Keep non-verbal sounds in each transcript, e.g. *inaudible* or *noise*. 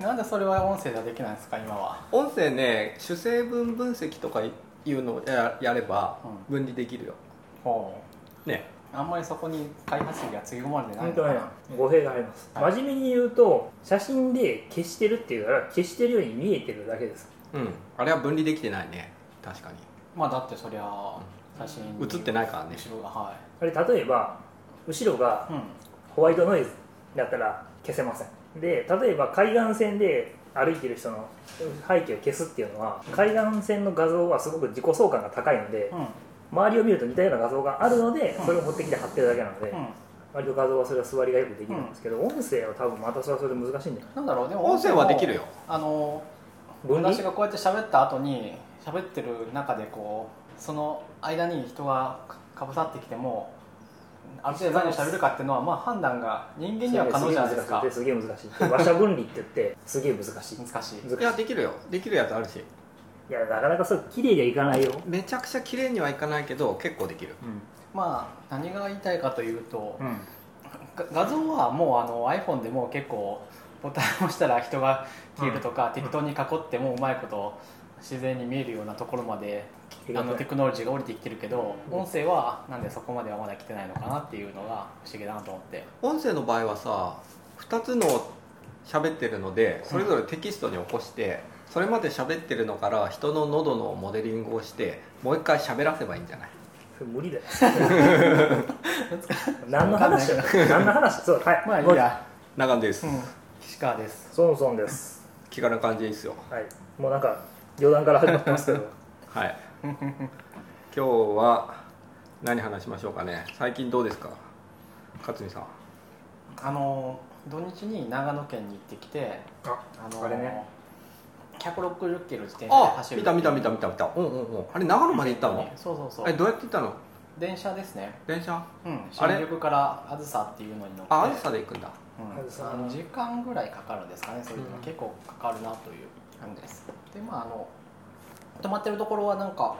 なんでそれは音声ではできないんですか今は音声ね主成分分析とかいうのをややればう分離できるよ、ほねうあんまりそこに開発費がつぎ込まれてない本のか当なね語弊があります、はい真面目に言うと写真で消してるっていうから消してるように見えてるだけですうんあれは分離できてないね確かにまあだってそりゃあ写真に映ってないからね後ろがはあれ例えば後ろがい、うん、ホワイトノイズだったら消せませんで例えば海岸線で歩いてる人の背景を消すっていうのは海岸線の画像はすごく自己相関が高いのでうん周りを見ると似たような画像があるのでそれを持ってきて貼ってるだけなのでうん、割と画像はそれは座りがよくできるんですけど音声は多分またそれはそれで難しいんじゃないなんだろうでも音声はできるよよあの分離私がこうやって喋った後に喋ってる中でこうその間に人がかぶさってきてもある程度何を喋るかっていうのはまあ判断が人間には可能じゃないですかすげえ難しい話者分離って言ってすげえ難しい難しい難しいいやできるよできるやつあるしいやなかなかそう綺麗にはいかないよめちゃくちゃ綺麗にはいかないけど結構できるまあ何が言いたいかというとうん、が画像はもうあの iPhone でもう結構ボタンを押したら人が消えるとか、適当に囲ってもうまいこと自然に見えるようなところまでうんあのテクノロジーが降りてきてるけどうん音声はなんでそこまではまだ来てないのかなっていうのが不思議だなと思って音声の場合はさ2つの喋ってるのでそれぞれテキストに起こして、それまで喋ってるのから人の喉のモデリングをしてもう一回喋らせばいいんじゃないそれ無理だよ何の話だよ何の話そうはいまあいいや長野です、うん岸川ですそうそうです気軽な感じでいいっすよはいもうなんか余談から始まってますけどはい今日は何話しましょうかね最近どうですか勝見さんあの土日に長野県に行ってきてあ *laughs* あのあれね160キロ自転車であ走る見た見た見た見た見たうんうんうんあれ長野まで行ったのそうそうそうえどうやって行ったの電車ですね電車うんあれ新宿からあずさっていうのに乗ってああずさで行くんだうん、ずさ3時間ぐらいかかるんですかねそれでもうん結構かかるなという感じですでまああの泊まってるところはなんか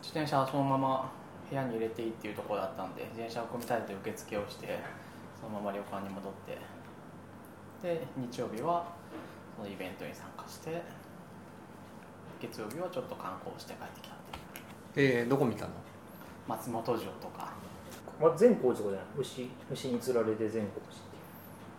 自転車そのまま部屋に入れていいっていうところだったんで自転車を組み立てて受付をしてそのまま旅館に戻ってで日曜日はそのイベントに参加して月曜日はちょっと観光して帰ってきたっていうえー、どこ見たの松本城とかまあ、善光寺とかじゃない牛牛に釣られて善光寺っていう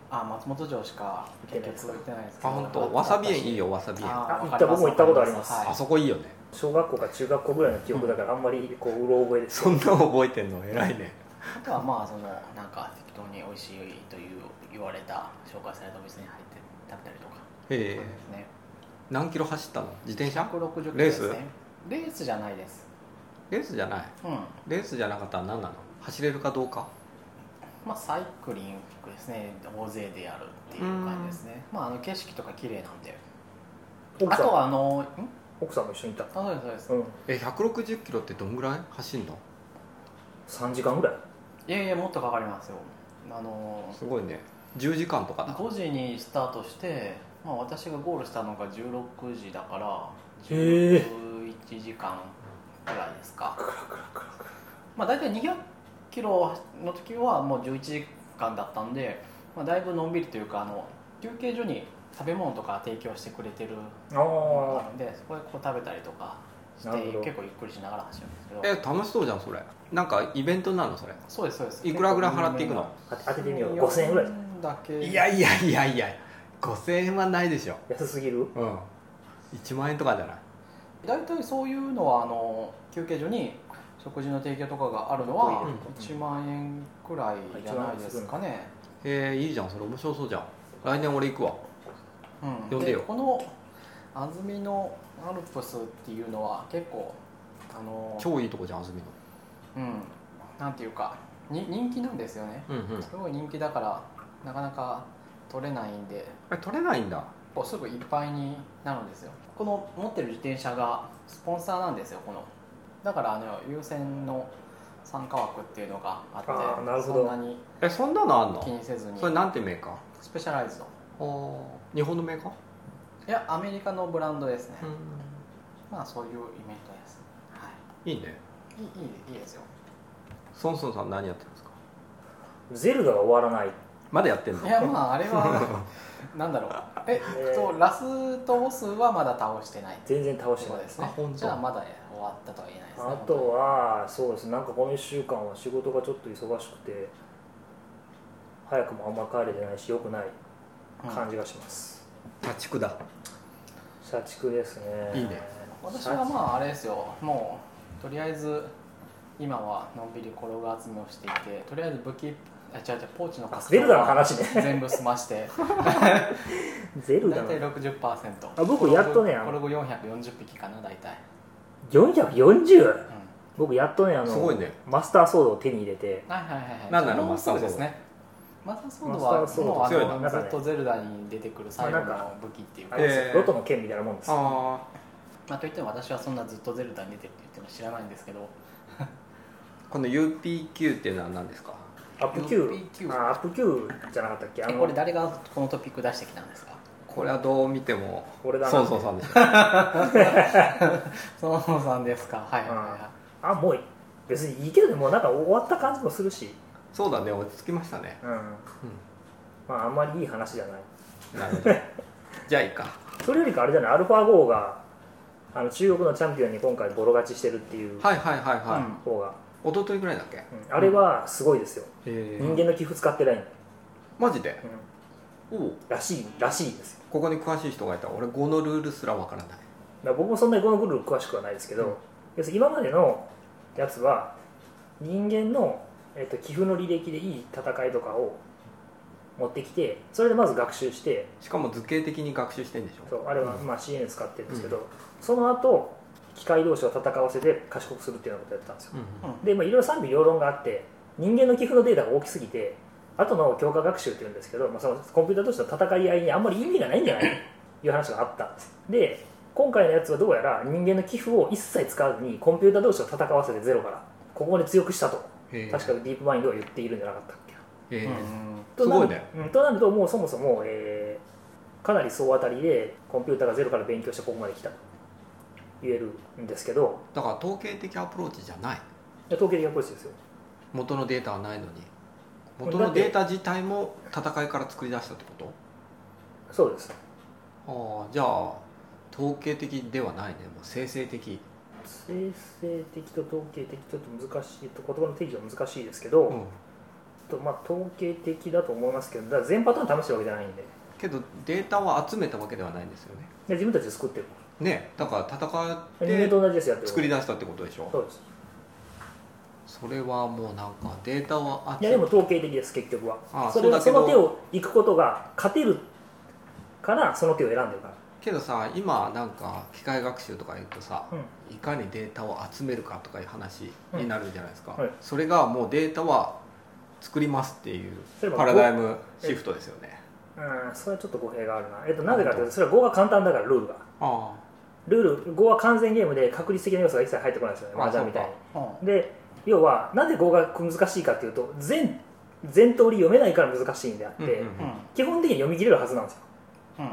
あ松本城しか結局行ってないですけあど本当わさび園いいよわさび園ああわあかります行った僕も行ったことありますはいあそこいいよね小学校か中学校ぐらいの記憶だからあんまりこううろ覚えですそんな覚えてんの偉いねあとはまあそのなんか適当に美味しいという言われた紹介されたお店に入って食べたりとかえですねー、何キロ走ったの自転車160キロレーでスすねレースじゃないですレースじゃないうんレースじゃなかったら何なの走れるかどうかまあサイクリングですね大勢でやるっていう感じですねまああの景色とか綺麗なんで奥あさとんはあのんあ奥さんも一緒にいたそうですそうですうんえ160キロってどんぐらい走んの3時間ぐらいいやいやもっとかかりますよあのすごいね10時間とかだ5時にスタートして、まあ、私がゴールしたのが16時だからへえ11時間ぐらいですかまあ大体200キロの時はもう11時間だったんで、まあ、だいぶのんびりというかあの休憩所に食べ物とか提供してくれてるあのがああるんでそこでこう食べたりとかしてなるほど結構ゆっくりしながら走るんですけどえ楽しそうじゃんそれなんかイベントなのそれそうですそうですいくらぐらい払っていくの当て当ててみよう5000円ぐらいだけいやいやいやいや5000円はないでしょ安すぎるうん1万円とかじゃない大体そういうのはあの休憩所に食事の提供とかがあるのはうん1万円くらいじゃないですかね、えー、いいじゃんそれ面白そうじゃん来年俺行くわうん、呼んでよこの安曇のアルプスっていうのは結構あの、超いいとこじゃん安住のうん、なんていうかに人気なんですよねうんうんすごい人気だからなかなか取れないんでえ取れないんだこうすぐいっぱいになるんですよこの持ってる自転車がスポンサーなんですよこのだからあの優先の参加枠っていうのがあってあーなるほそんどなにえそんなのあん気のにせずにそれなんてメーカースペシャライズのあー日本のメーカーいやアメリカのブランドですね、んまあそういうイベントです、はいいねい、いいいいいいですよソンソンさん何やってるんですかゼルダが終わらないまだやってんのいやまああれ *laughs* はなんだろうええーそうラスとボスはまだ倒してない全然倒してそうないですねあ本当じゃあまだ終わったとは言えないですねあとはそうですねなんかこの1週間は仕事がちょっと忙しくて早くもあんま帰れてないし良くない本当に感じがします、社畜だ社畜ですねいいねうん私はまああれですよもうとりあえず今はのんびり転が集めをしていてとりあえず武器あ違う違うポーチの活ゼル動ダのは話 *laughs* ね全部済ましてゼルダ大の体60%あ僕やっとねあこのれ440匹かな大体、う 440? ん、僕やっとねあのすごいねマスターソードを手に入れてはいはいはいはい。なんなのロングソードマでスターソードすね。マスターソードマスターソードは強いもなうあなのんかずねっとゼルダに出てくる最後の武器っていうあかれ、ですよえーロトの剣みたいなもんですよあまあといっても私はそんなずっとゼルダに出てるっていうのは知らないんですけど、あこの UPQ っていうのは何ですかアップ Q, UPQ あアップ Q じゃなかったっけあえのこれ誰がこのトピック出してきたんですか。これはどう見ても俺だなそうそうさんでしょそのさんですか。はいはいはあもう別にいいけどねもうなんか終わった感じもするしそうだね落ち着きましたねうんまああんまりいい話じゃないうんなるほどじゃあいいかそれよりかあれじゃないアルファ5があの中国のチャンピオンに今回ボロ勝ちしてるっていうはいはいはいい。は方が、い、一昨日ぐらいだっけうんあれはすごいですよ、え人間の寄付使ってないの、マジでうんおおらしいらしいんですよここに詳しい人がいたら俺5のルールすらわからないだから僕もそんなにこのグループ詳しくはないですけど、うん要するに今までのやつは人間の、えっと、寄付の履歴でいい戦いとかを持ってきてそれでまず学習してしかも図形的に学習してんでしそょうあれはまあ CN 使ってるんですけど、その後機械同士を戦わせて賢くするっていうようなことやってたんですようんうんで、まあ、いろいろ賛否両論があって人間の寄付のデータが大きすぎて後の強化学習っていうんですけど、まあ、そのコンピューター同士の戦い合いにあんまり意味がないんじゃないという話があったんですで今回のやつはどうやら人間の寄付を一切使わずにコンピューター同士を戦わせてゼロからここまで強くしたとへえ確かディープマインドは言っているんじゃなかったっけなへえとすごいねなるうんとなるともうそもそも、えーかなり総当たりでコンピューターがゼロから勉強してここまで来たと言えるんですけどだから統計的アプローチじゃないいや統計的なプロセスですよ元のデータはないのに元のデータ自体も戦いから作り出したってこそうですとああじゃあ統計的ではないねもう生成的生成的と統計的ちょっと難しいと言葉の定義は難しいですけど、うんとまあ、統計的だと思いますけどだから全パターン試してるわけじゃないんでけどデータは集めたわけではないんですよねで自分たちで作ってるねだから人戦間ってと同じですやってる作り出したってことでしょそうですそれはもうなんかデータをい集やでめも統計的です結局はああそれはそそうだけのど手を行くことが勝てるからその手を選んでるからけどさ今なんか機械学習とか言うとさ、うんいかにデータを集めるかとかいう話になるじゃないですか、うんはいそれがもうデータは作りますっていうそれはパラダイムシフトですよねうんそれはちょっと語弊があるな、えっと、なぜかというとそれは5が簡単だからルールがあルール5は完全ゲームで確率的な要素が一切入ってこないんですよねあマージャンみたいにうんで要はなぜ語が難しいかというと全全通り読めないから難しいんであって、うんうんうん基本的に読み切れるはずなんですよ、うん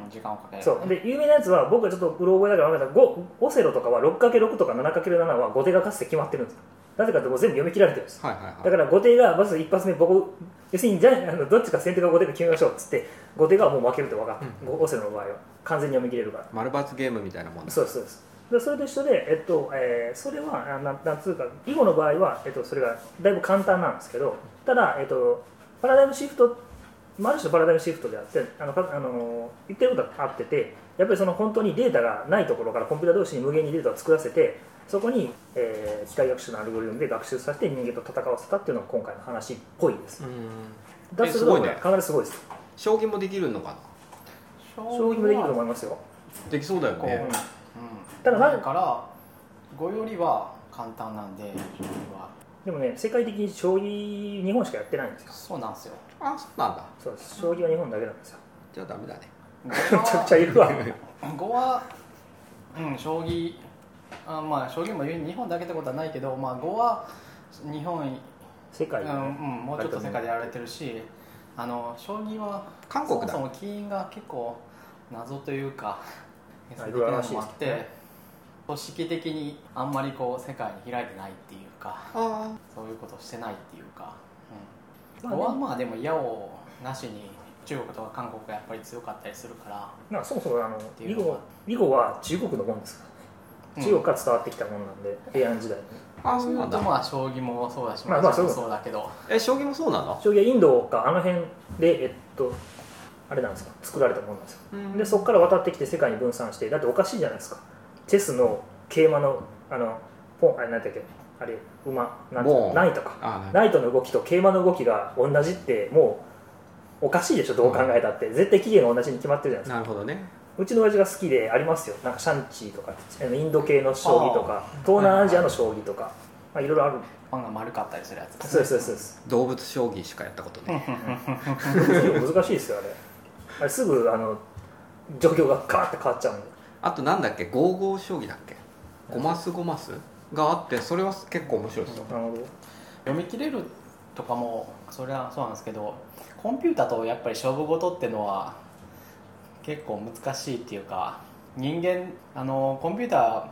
時間をかける。そうで有名なやつは僕はちょっとうろ覚えだから分かんない5オセロとかは 6×6 とか 7×7 は後手が勝つって決まってるんですよなぜかというともう全部読み切られてるんですよあはいはいだはいから後手がまず一発目僕要するにじゃああのどっちか先手か後手か決めましょうっつって後手がもう負けるって分かった、うんごオセロの場合は完全に読み切れるから丸抜ゲームみたいなもんだそうですそうですでそれと一緒で、えっとえーそれはあなんなんつうか囲碁の場合は、えっと、それがだいぶ簡単なんですけどただ、えっと、パラダイムシフトまあある種のパラダイムシフトであってあのかあの言ってることが合っててやっぱりその本当にデータがないところからコンピューター同士に無限にデータを作らせてそこに、えー機械学習のアルゴリズムで学習させて人間と戦わせたっていうのが今回の話っぽいですうーんだえすするとごいねかなりすごいです将棋もできるのかな将棋もできるとは思いますよできそうだよこう、ねうん。ただなんだから語よりは簡単なんで、将棋はでもね世界的に将棋日本しかやってないんですよそうなん *laughs* ですよ。あそうなんだそうです将棋は日本だけなんですよじゃあダメだねめめちゃくちゃい *laughs* るわ語は、うん、将棋あまあ将棋も日本だけってことはないけど、まあ、語は日本、世界うでんねうんもうちょっと世界でやられてるしあの将棋は韓国だそもそも起因が結構謎というかい変なのもあいろいろらしいっですて組織的にあんまりこう世界に開いてないっていうかあそういうことしてないっていうか、うんまあ語はねまあでも矢をなしに中国とか韓国がやっぱり強かったりするから、なんかそもそもあのてい囲うの碁は囲碁は中国のものですからねうん中国から伝わってきたものなんで、平安時代にあそそううなんとだまあ将棋もそうだし、まあ麻まあ雀もそうそうだけど、え将棋もそうなの将棋はインドかあの辺でえっとあれなんですか作られたものなんですよでそこから渡ってきて世界に分散してだっておかしいじゃないですかチェスの桂馬のあのポンあれなんだっけあれ馬なんてボーンナイトかあナイトの動きと桂馬の動きが同じってもうおかしいでしょどう考えたって、絶対期限が同じに決まってるじゃないですかなるほどねうちの親父が好きでありますよなんかシャンチーとかあのインド系の将棋とか東南アジアの将棋とか、まあ、いろいろあるパンが丸かったりするやつ。そうですすそうですそうです動物将棋しかやったことない難しいですよあれあれすぐあの状況がガーッて変わっちゃうんであとなんだっけゴーゴー将棋だっけゴマスゴマスがあってそれは結構面白いですよ、なるほど *laughs* 読み切れるとかもそれはそうなんですけど、コンピューターとやっぱり勝負事ってのは結構難しいっていうか、人間あのコンピューター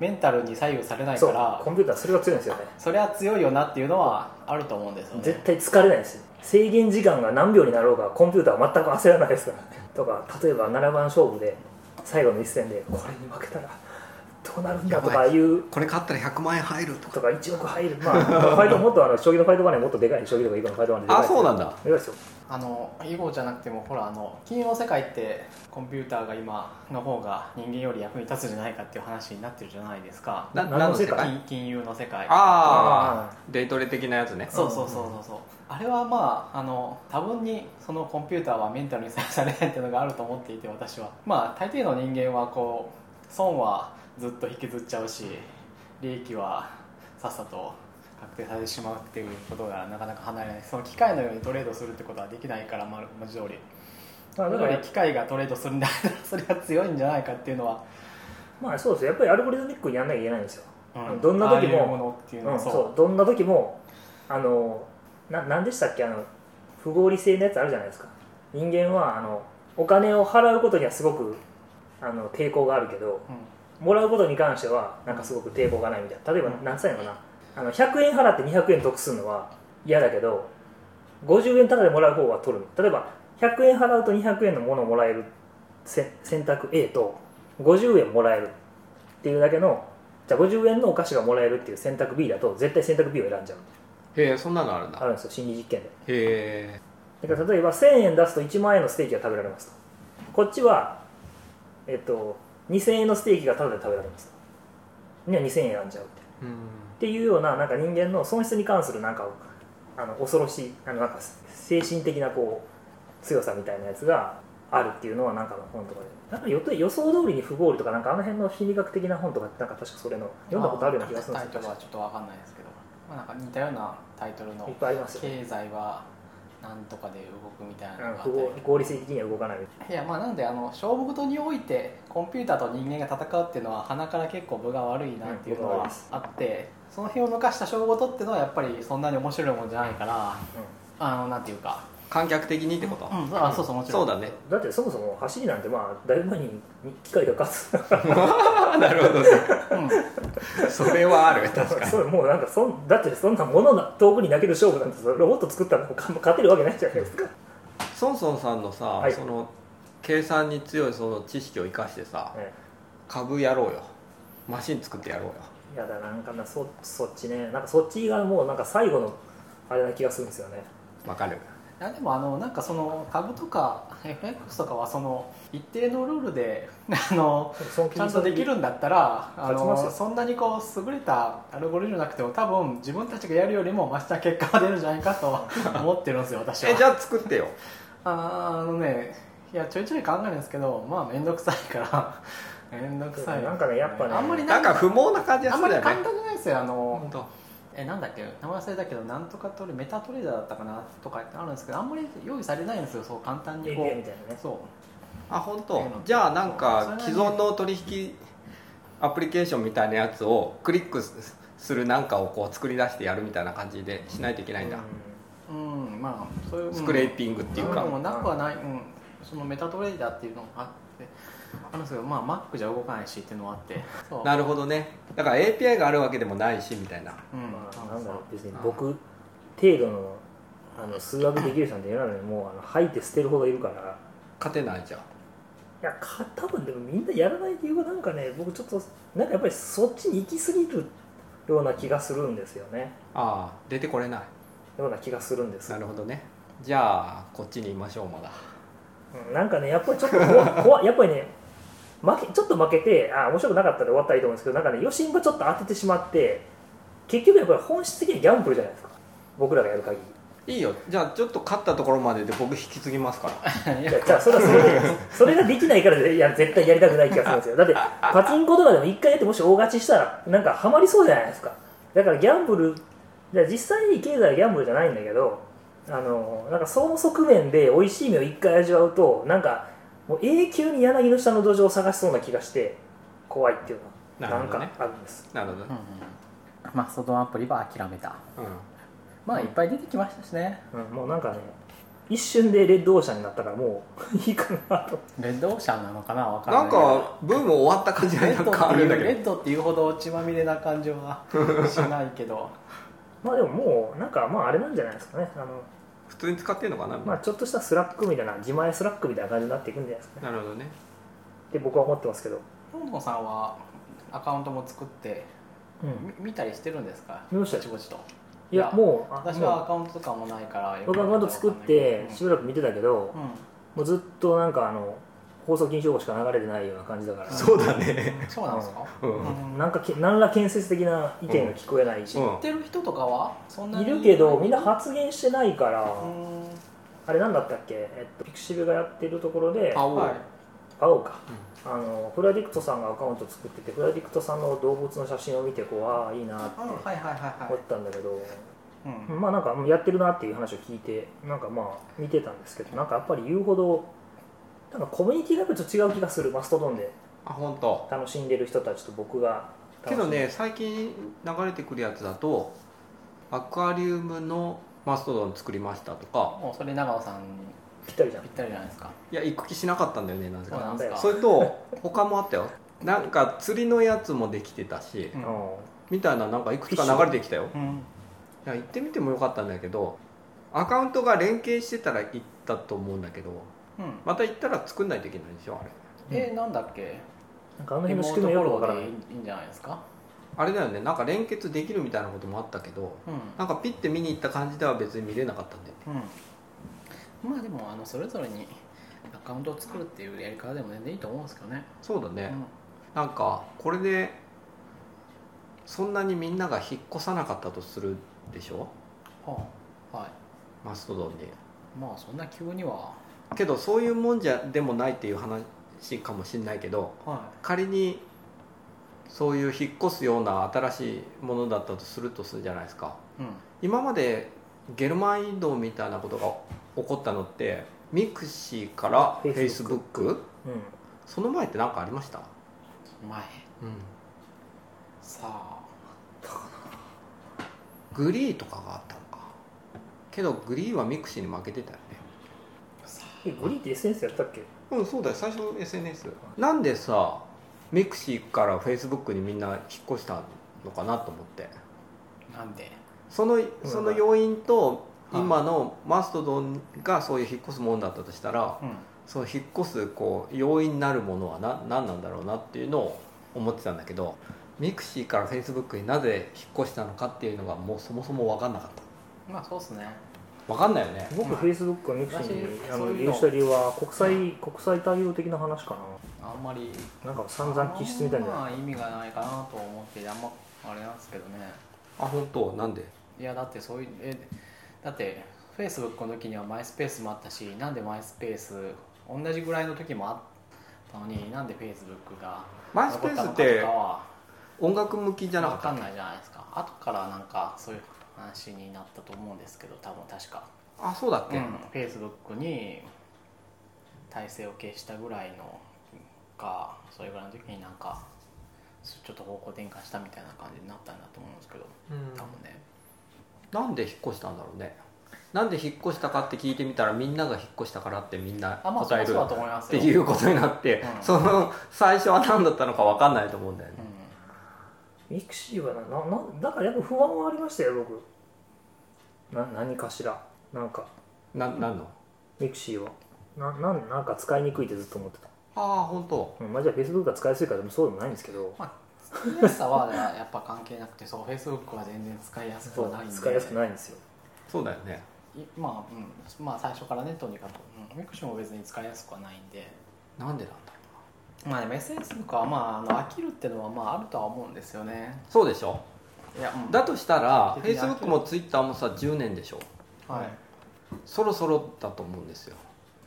メンタルに左右されないかそうらコ、ンピューターそれが強いんですよねそれは強いよなっていうのはあると思うんですよね。絶対疲れないですよ制限時間が何秒になろうがコンピューターは全く焦らないですからねとか例えば7番勝負で最後の一戦でこれに負けたらどうなるんだとかいうこれ買ったら100万円入るとかとか1億入るまあファイトもっとあの将棋のファイトバネもっとでかい将棋とか囲碁のファイトバネでかいあですそうなんだでかいですよあの囲碁じゃなくてもほらあの金融世界ってコンピューターが今の方が人間より役に立つんじゃないかっていう話になってるじゃないですかな何の世界何金金融の世界ああデイトレ的なやつねそうそうそうそうそうあれはまああの多分にそのコンピューターはメンタルに左右されないっていうのがあると思っていて私はまあ大抵の人間はこう損はずっと引きずっちゃうし利益はさっさと確定されてしまうっていうことがなかなか離れないその機械のようにトレードするってことはできないからまあ文字通りまあだだかからら機械がトレードするんだ *laughs* ったらそれが強いんじゃないかっていうのは、まあそうですよやっぱりアルゴリズミックにやんなきゃいけないんですよどんな時もああいうものっていうのうはん、そ,、そううどんな時もあのななんでしたっけあの不合理性のやつあるじゃないですか人間はあのお金を払うことにはすごくあの抵抗があるけどもらうことに関してはなんかすごく抵抗がないみたいな例えばうん何歳のかなあの100円払って200円得するのは嫌だけど50円ただでもらう方は取る例えば100円払うと200円のものをもらえるせ選択 A と50円もらえるっていうだけのじゃあ50円のお菓子がもらえるっていう選択 B だと絶対選択 B を選んじゃうへえそんなのあるんあだるんですよ心理実験でへだから例えば1000円出すと1万円のステーキが食べられますとこっちは、えっと、2000円のステーキがタダで食べられますとには2000円選んじゃうってえうんっていうようななんか人間の損失に関するなんかあの恐ろしいあのなんか精神的なこう強さみたいなやつがあるっていうのはなんかの本とかでなんか予定予想通りに不合理とかなんかあの辺の心理学的な本とかってなんか確かそれの読んだことあるような気がするんタでイすトよルはちょっとわかんないですけど、まあ、なんか似たようなタイトルいっのぱいありますよ、経済はなんとかで動くみたいなのがあうん、不合っ合理性的には動かないみたいなたりいやまあなんであの勝負事においてコンピューターと人間が戦うっていうのは鼻から結構分が悪いなっていうのうん分が悪いはですあってその辺を抜かした勝負事っていうのはやっぱりそんなに面白いもんじゃないからあのなんていうか、観客的にってこと、うん、あそうそうもちろそんうだね *laughs* だってそもそも走りなんてまあだいぶ前に機械が勝あなるほどねうん *laughs* それはある確かつにそうもうなんかそんだってそんなものな遠くに投げる勝負なんてロボット作ったらもう勝勝てるわけないじゃないですかソンソンさんのさ、はいその計算に強いその知識を生かしてさえ株やろうよマシン作ってやろうよいやだなんかなそそっちねなんかそっちがもうなんか最後のあれな気がするんですよねわかるいやでもあのなんかその株とか *laughs* FX とかはその一定のルールで *laughs* あのそちゃんとできるんだったらあ勝ちますのよそんなにこう優れたアルゴリズムなくても多分自分たちがやるよりもマシな結果が出るんじゃないかと *laughs* 思ってるんですよ私はえじゃあ作ってよあーあのねいやちょいちょい考えるんですけどまあ面倒くさいから *laughs* 面倒くさいなんかねやっぱねあんまりなんかか不毛な感じがあすんまるよりね簡単じゃないですよあの本当えなんだっけ名前忘れたけどなんとかトレメタトレーダーだったかなとかってあるんですけどあんまり用意されないんですよそう簡単に API こみうたいなねそあ本っていう当のじゃあなんそれかはね既存の取引アプリケーションみたいなやつをクリックするなんかをこう作り出してやるみたいな感じでしないといけないんだ、ううんまあそういうスクレーピングっていうか、うんもなくはない、うん、そのメタトレーダーっていうのがあってあるんですけどまあ Mac じゃ動かないしっていうのはあってそうなるほどねだから API があるわけでもないしみたいなうんまあなんだろう別にうん僕程度のあの数学できる人なんていないのにもうあの吐いて捨てるほどいるから勝てないじゃんいやか多分でもみんなやらない理由がなんかね僕ちょっとなんかやっぱりそっちに行き過ぎるような気がするんですよねああ出てこれないような気がするんですなるほどねじゃあこっちにいましょうまだうんなんかねやっぱりちょっと怖 *laughs* 怖いやっぱりね負けちょっと負けてあー面白くなかったら終わったらいいと思うんですけどなんかね余震がちょっと当ててしまって結局やっぱり本質的にはギャンブルじゃないですか僕らがやる限りいいよじゃあちょっと勝ったところまでで僕引き継ぎますからいいややじゃあそれはそれでそれができないからでいや絶対やりたくない気がするんですよだってパチンコとかでも一回やってもし大勝ちしたらなんかハマりそうじゃないですかだからギャンブルじゃあ実際に経済はギャンブルじゃないんだけどあのなんかその側面で美味しい目を一回味わうとなんかもう永久に柳の下の土壌を探しそうな気がして怖いっていうのなはるなほんどねかあるんです、 *laughs* なるほどうんうんまあそのアプリは諦めたうんまあいっぱい出てきましたしねうん、もうなんかね一瞬でレッドオーシャンになったからもういいかなとレッドオーシャンなのかなわかんなないんけどかブーム終わった感じがレなッんドかっあてるいんだうレけッドっていうほど血まみれな感じはしないけどまあでももうなんかまああれなんじゃないですかねあのど *laughs* 普通に使ってんのかな、まあ、ちょっとしたスラックみたいな自前スラックみたいな感じになっていくんじゃないですかねなるほどねって僕は思ってますけど、ロンドンさんはアカウントも作ってうん、み見たりしてるんですか見ましたぼちぼちといやもうあ私もはアうカウントとかもないから僕はバンド作ってしばらく見てたけど、うんもうずっとなんかあの放送禁止用語しか流れてないような感じだからそうだねそうなんですかうんううんんなんかけ何ら建設的な意見が聞こえないし、知ってる人とかはそんなにいるけどみんな発言してないかうら、んあれなんだったっけ、えっと、ピクシブがやってるところでパオー、はいパオか、あのフラディクトさんがアカウント作っててフラディクトさんの動物の写真を見てこうああいいなってうんはいはいはいは思っいたんだけど、うんまあなんかやってるなっていう話を聞いてなんかまあ見てたんですけどなんかやっぱり言うほどなんかコミュニティがやっぱちょっと違う気がするマストドンであ本当。楽しんでる人たちと僕が楽けしんどでね最近流れてくるやつだとアクアリウムのマストドン作りましたとかもうそれ長尾さんにぴったりじゃんぴったりじゃないですかいや行く気しなかったんだよねなぜそうかなんですかそれと他もあったよなんか釣りのやつもできてたし、うんうみたいななんかいくつか流れてきたようんいや行ってみてもよかったんだけどアカウントが連携してたら行ったと思うんだけどうんまた行ったら作んないといけないでしょあれえなんだっけんなんかあのリ辺モの仕ー組トみフよォくロわからーなでいいいんじゃないですかあれだよねなんか連結できるみたいなこともあったけどうんなんかピッて見に行った感じでは別に見れなかったんだよねうん、まあでもあのそれぞれにアカウントを作るっていうやり方でも全然いいと思うんですけどね、そうだうね、ん、なんかこれでそんなにみんなが引っ越さなかったとするでしょはあはいマストドンにまあそんな急にはけどそういうもんじゃでもないっていう話かもしんないけどは仮にそういう引っ越すような新しいものだったとするとするじゃないですかい、うん、今までゲルマン移動みたいなことが起こったのってミクシーからフェイスブッ Facebook クうんその前って何かありました、前うん、さあグリーとかがあったのかけどグリーはミクシーに負けてたよねさえグリーって SNS やったっけうんそうだよ最初 SNS なんでさミクシーからフェイスブックにみんな引っ越したのかなと思ってあなんでそのその要因と今のマストドンがそういう引っ越すもんだったとしたらうんその引っ越すこう要因になるものはな何なんだろうなっていうのを思ってたんだけどミクシーからフェイスブックになぜ引っ越したのかっていうのがもうそもそも分かんなかっまあそうっすねた分かんないよね僕うん Facebook をミクシーに私あそういのうの利用した理由は国際国際対応的な話かあんまりななんか散々気質みたいなまあ意味がないかなと思ってあんまあれなんですけどねあ本当なんでいやだってそういうえだってフェイスブックの時にはマイスペースもあったしなんでマイスペース同じぐらいの時もあったのになんでフェイスブックがマイスペ残ったのースっかとてかは音楽向きじゃなか分ったかんないじゃないですか後からなんかそういう話になったと思うんですけど多分確か、あそうだっうけ、ん、フェイスブックに体制を消したぐらいのかそれぐらいの時になんかちょっと方向転換したみたいな感じになったんだと思うんですけどうん多分ねなんで引っ越したんだろうねなんで引っ越したかって聞いてみたらみんなが引っ越したからってみんなあまあそ答りえゃそるうだと思いますってよいうことになって、うんその最初は何だったのか分かんないと思うんだよね、うミクシーはなななだからやっぱ不安はありましたよ僕な何かしらなんかななんのミクシーはななんなんか使いにくいってずっと思ってた、ああ本当うんまあ、じゃあ Facebook が使いやすいからでもそうでもないんですけどまあ、使いやすさはやっぱ関係なくてそう Facebook は全然使いやすくそはうないんで使いやすくないんですよそうだよねいまあ、うん、まあ最初からねとにかく、うん、ミクシーも別に使いやすくはないんでなんでなんだろまあでも SNS とかはまああの飽きるってのはまああるとは思うんですよねうそうでしょいや、うんだとしたら的に飽き Facebook るも Twitter もさ10年でしょはいそろそろだと思うんですよ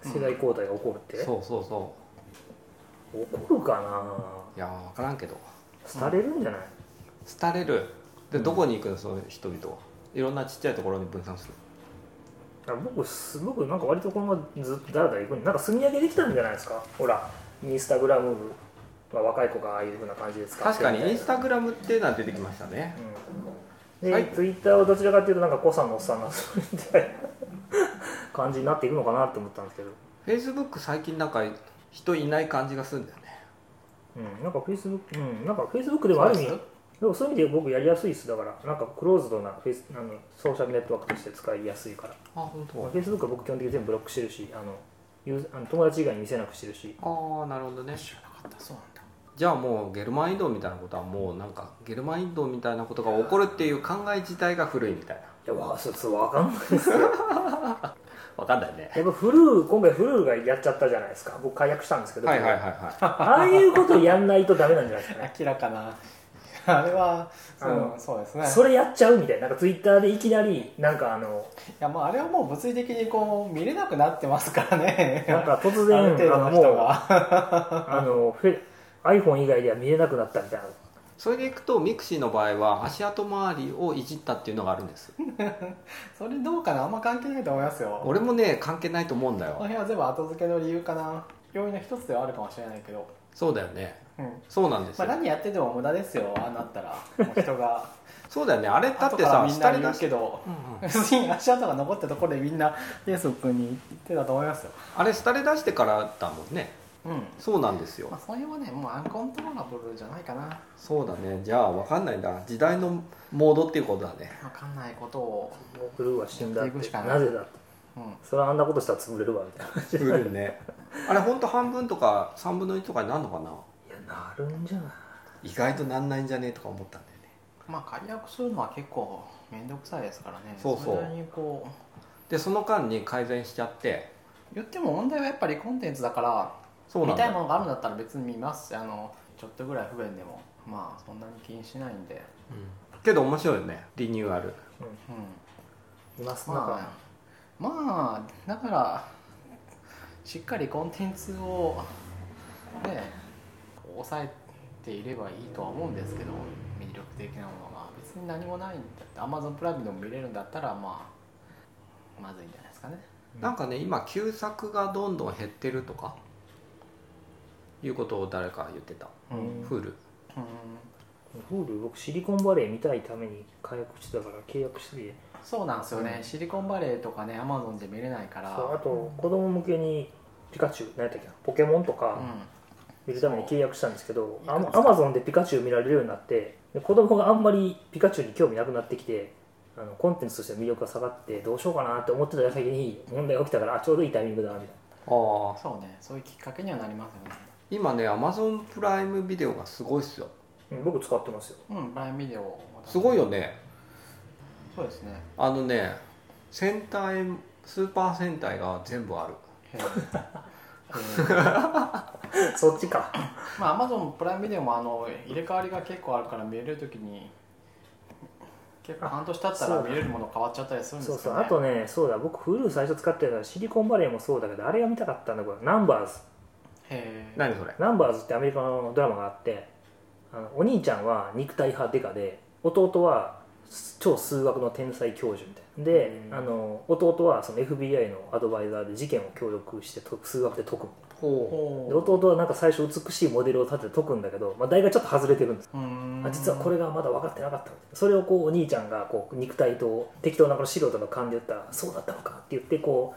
世代交代が起こるって、そうそうそ起こるかういやー分からんけどな廃れるんじゃない、廃れるでうんどこに行くのその人々はいろんなちっちゃいところに分散するあ僕すごくなんか割とこのままずっとだらだら行くんでなんか積み上げできたんじゃないですかほらインスタグラムは若い子がああいうふうな感じで使って確かにインスグタグラムっていうのは出てきましたねうん、で、はいツイッターはどちらかというとなんか子さんのおっさんが *laughs* するみたいな感じになっていくのかなって思ったんですけど、 Facebook 最近なんか人いない感じがするんだよねうん、なんかフェイスブックうんなんかフェイスブックでもある意味そうででもそういう意味で僕やりやすいですだからなんかクローズドなフェイスあのソーシャルネットワークとして使いやすいからあ本まあ当。 Facebook は僕基本的に全部ブロックしてるしあのユーザーあの友達以外に見せなくしてるしああなるほどね知らなかったそうなんだじゃあもうゲルマン移動みたいなことはもうなんかゲルマン移動みたいなことが起こるっていう考え自体が古いみたいないやわそうそうわかんない分かんないねやっぱフルー今回フルーがやっちゃったじゃないですか僕解約したんですけど、はいはいはいはああいうことやんないとダメなんじゃないですかね明らかな *laughs* あれはそあののそうですねそれやっちゃうみたいななんかツイッターでいきなりなんかあのいやまああれはもう物理的にこう見れなくなってますからねなんか突然ある程度あののも人うがあのフェ iPhone 以外では見れなくなったみたいないそれでいくとミクシーの場合は足跡周りをいじったっていうのがあるんです *laughs* それどうかなあんま関係ないと思いますよ俺もね関係ないと思うんだこのよ辺は全部後付けの理由かな要因の一つではあるかもしれないけど、そうだよねうんそうなんですまあ、よ何やってても無駄ですよああなったらもう人 *laughs* がそうだよねあれだって後からさみん下なに言出うしけどうんうん別に足跡が残ったところでみんなフェイスブックに行ってたと思いますよあれ廃れ出してからだもんねうんそうなんですまよあその辺はねもうアンコントローラブルじゃないかなそうだねじゃあ分かんないんだ時代のモードっていうことだね分かんないことを、もうフルーは死んだっやっていくてしかないなぜだってうん、それはあんなことしたら潰れるわみたいな作るねあれ本当半分とか3分の1とかになるのかないやなるんじゃない意外となんないんじゃねえとか思ったんだよねまあ解約するのは結構面倒くさいですからねそうそうれなりにこうでその間に改善しちゃって言っても問題はやっぱりコンテンツだからそうな見んただいものがあるんだったら別に見ますあのちょっとぐらい不便でもまあそんなに気にしないんで、うんけど面白いよねリニューアルうん、いますなんかまあまあだからしっかりコンテンツをね抑えていればいいとは思うんですけど魅力的なものが別に何もないんだって Amazon プライムでも見れるんだったらまあまずいんじゃないですかねなんかね今旧作がどんどん減ってるとかいうことを誰か言ってたううんん Hulu フルー僕シリコンバレー見たいために解約してたから契約しててそうなんですよね、シリコンバレーとかね Amazon で見れないからそうあと子供向けにピカチュウ何やったっけなポケモンとか、うん見るために契約したんですけどそうアマアマゾンでピカチュウ見られるようになってで子供があんまりピカチュウに興味なくなってきてあのコンテンツとしての魅力が下がってどうしようかなって思ってた矢先に問題が起きたからあちょうどいいタイミングだなみたいああそうねそういうきっかけにはなりますよね今ね Amazon プライムビデオがすごいっすよなうん僕使ってますようんバイオビデオすごいよよねそうですねあのね戦隊スーパー戦隊が全部あるへーへーそっちかまあ Amazon プライムビデオもあの入れ替わりが結構あるから見れるときに結構半年経ったあそうらだ見れるもの変わっちゃったりするんでそうすそようねあとねそうだ僕フルー最初使ってたのはシリコンバレーもそうだけどあれが見たかったんだこれナンバーズへえ何それナンバーズってアメリカのドラマがあってあのお兄ちゃんは肉体派デカで弟は超数学の天才教授みたいなでうんあの弟はその FBI のアドバイザーで事件を協力してと数学で解くほほで弟はなんか最初美しいモデルを立てて解くんだけど、まあ、題がちょっと外れてるんですうーんあ実はこれがまだ分かってなかったみたいなそれをこうお兄ちゃんがこう肉体と適当なこの素人の勘で言ったらそうだったのかって言ってこ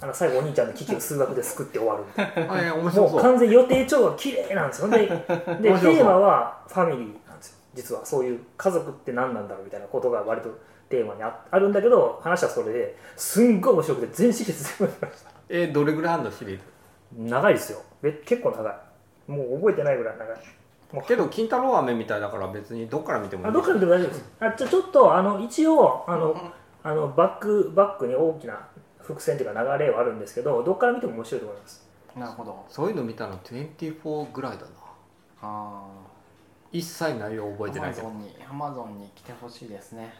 うあの最後お兄ちゃんの危機を数学で救って終わるみたいなうあいや面白もうそう完全に予定調和綺麗なんですよで *laughs* でテ面白そうーマはファミリーなんですよ実はそういう家族って何なんだろうみたいなことが割とテーマにああるんだけど話はそれですんごい面白くて全シリーズ全部見ましたえーどれぐらいあるのシリーズ長いですよめ結構長いもう覚えてないぐらい長いけど金太郎飴みたいだから別にどっから見てもいあいどっからでも大丈夫ですあじゃあちょっとあの一応あのあのバックバックに大きな伏線というか流れはあるんですけどどっから見ても面白いと思いますなるほどそういうの見たの24ぐらいだなあ一切内容あ覚えてないけど Amazon に Amazon に来てほしいですね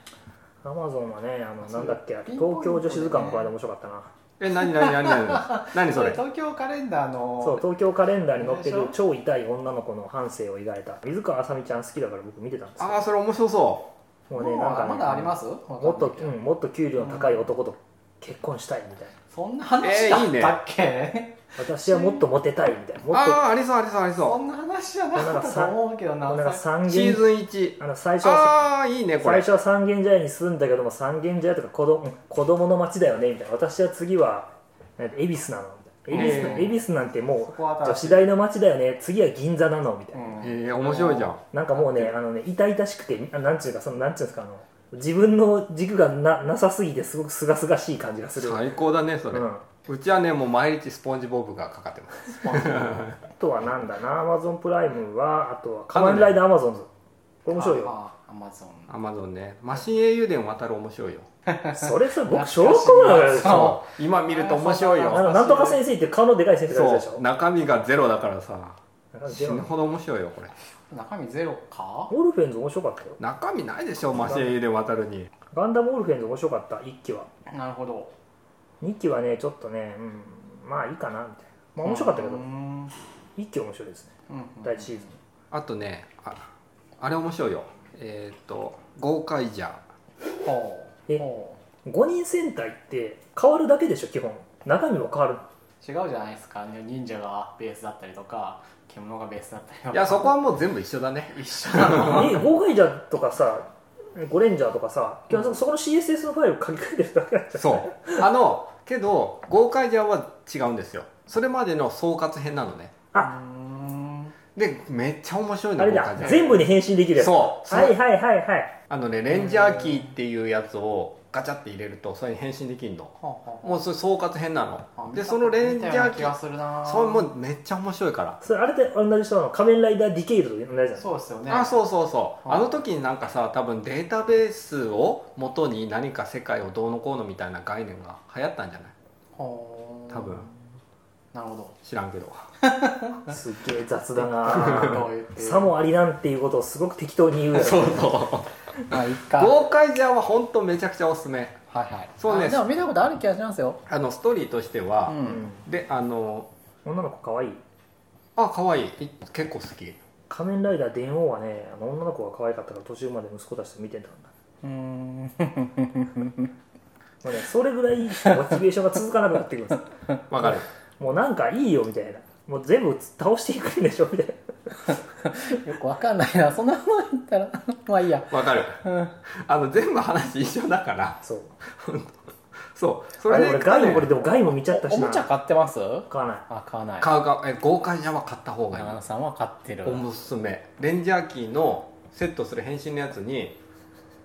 アマゾンはねあのあなんだっけそう東京女子図鑑この間面白かったなえ何何何何何それ東京カレンダーのそう東京カレンダーに載ってあれるでし超痛い女の子の半生を描いた水川あさみちゃん好きだから僕見てたんですよああそれ面白そももうねまだありますももっと、うん、もっと給料の高い男と結婚したいみたいなそんな話だったっけ、私はもっとモテたいみたいうなもっとああーありそうありそうあ *laughs* りそそんな話じゃなかったと思うけどななんか三うシ軒ーズン1あの最初はああいいねこ最れ初は三軒茶屋に住んだけども三軒茶屋とか子供子供の町だよねみたいな私は次はなんか恵比寿なのみたいな恵比寿うん恵比寿なんてそもうこは女新し子い大の町だよね次は銀座なのみたいな、うんえー、面白いじゃんなんかもうねあのね痛々しくてあなんちゅうかそのなんちゅうんですかあの自分の軸がななさすぎてすごく清々しい感じがする、最高だねそれ、う、うんちはねもう毎日スポンジボブがかかってますスポンジあとはなんだなアマゾンプライムはあとは「カ仮ノン面ライダーアマゾンズ」これ面白いよああ Amazon アマゾンねマシン英雄伝渡る面白いよそれさ僕証懐拠かしいだからでしょそう今見ると面白いあよのなんとか先生って顔のでかい先生がいるでしそうょ中身がゼロだからさなんか死でぬもほど面白いよこれ中身ゼロかオルフェンズ面白かったよ中身ないでしょマシン英雄伝渡るにガンダムオルフェンズ面白かった1期はなるほど2期はねちょっとね、うん、まあいいかなみたいな、まあ、面白かったけどうん1期面白いですねうんうん第1シーズンあとねああれ面白いよえーっと豪快じゃんほうえほ5人戦隊って変わるだけでしょ基本中身も変わるう違うじゃないですか忍者がベースだったりとか獣がベースだったりとかいやそこはもう全部一緒だね一緒な *laughs* のえゴーガイジャーとかさゴレンジャーとかさ基本そこの CSS のファイル書き換えてるだけなんじゃそうあのけど豪快じゃんは違うんですよそれまでの総括編なのねあうんでめっちゃ面白いないのあれ豪快だじゃん全部に変身できるやつそうそうはいはいはいはいあのねレンジャーキーっていうやつをガチャって入れるとそれに変身できるのほうほうもうそれ総括編なあの見でたそのレンジャ見たようーなキ気がーするなそれもうめっちゃ面白いからそれあれで同じ人なの仮面ライダーディケイドと同じじゃないそうですよねあそうそうそうはいあの時になんかさ多分データベースを元に何か世界をどうのこうのみたいな概念が流行ったんじゃないほう多分なるほど知らんけどすっげえ雑だなどう言ってさもありなんていうことをすごく適当に言うよねそうそまあいっかうはい *laughs* 豪快じゃんは本当めちゃくちゃおすすめはいそうねあでも見たことある気がしますよあのストーリーとしてうは、うんんであの女の子可愛いあ可愛いい結構好き仮面ライダー電王はねあの女の子が可愛かったから途中まで息子たちと見てたんだうーんもうねそれぐらいモチベーションが続かなくなってくるんですわかるもうなんかいいよみたいなもう全部倒していくんでしょみたい *laughs* なよくわかんないなそんなもん言ったら *laughs* まあいいやわかるうんあの全部話一緒だから *laughs* そうそうそあれれで俺ガイねもこれでもガイも見ちゃったおしなもちゃ買ってます買わないあ買わない買うかえ豪快じゃんは買った方がいい長野さんは買ってるおすすめレンジャーキーのセットする変身のやつに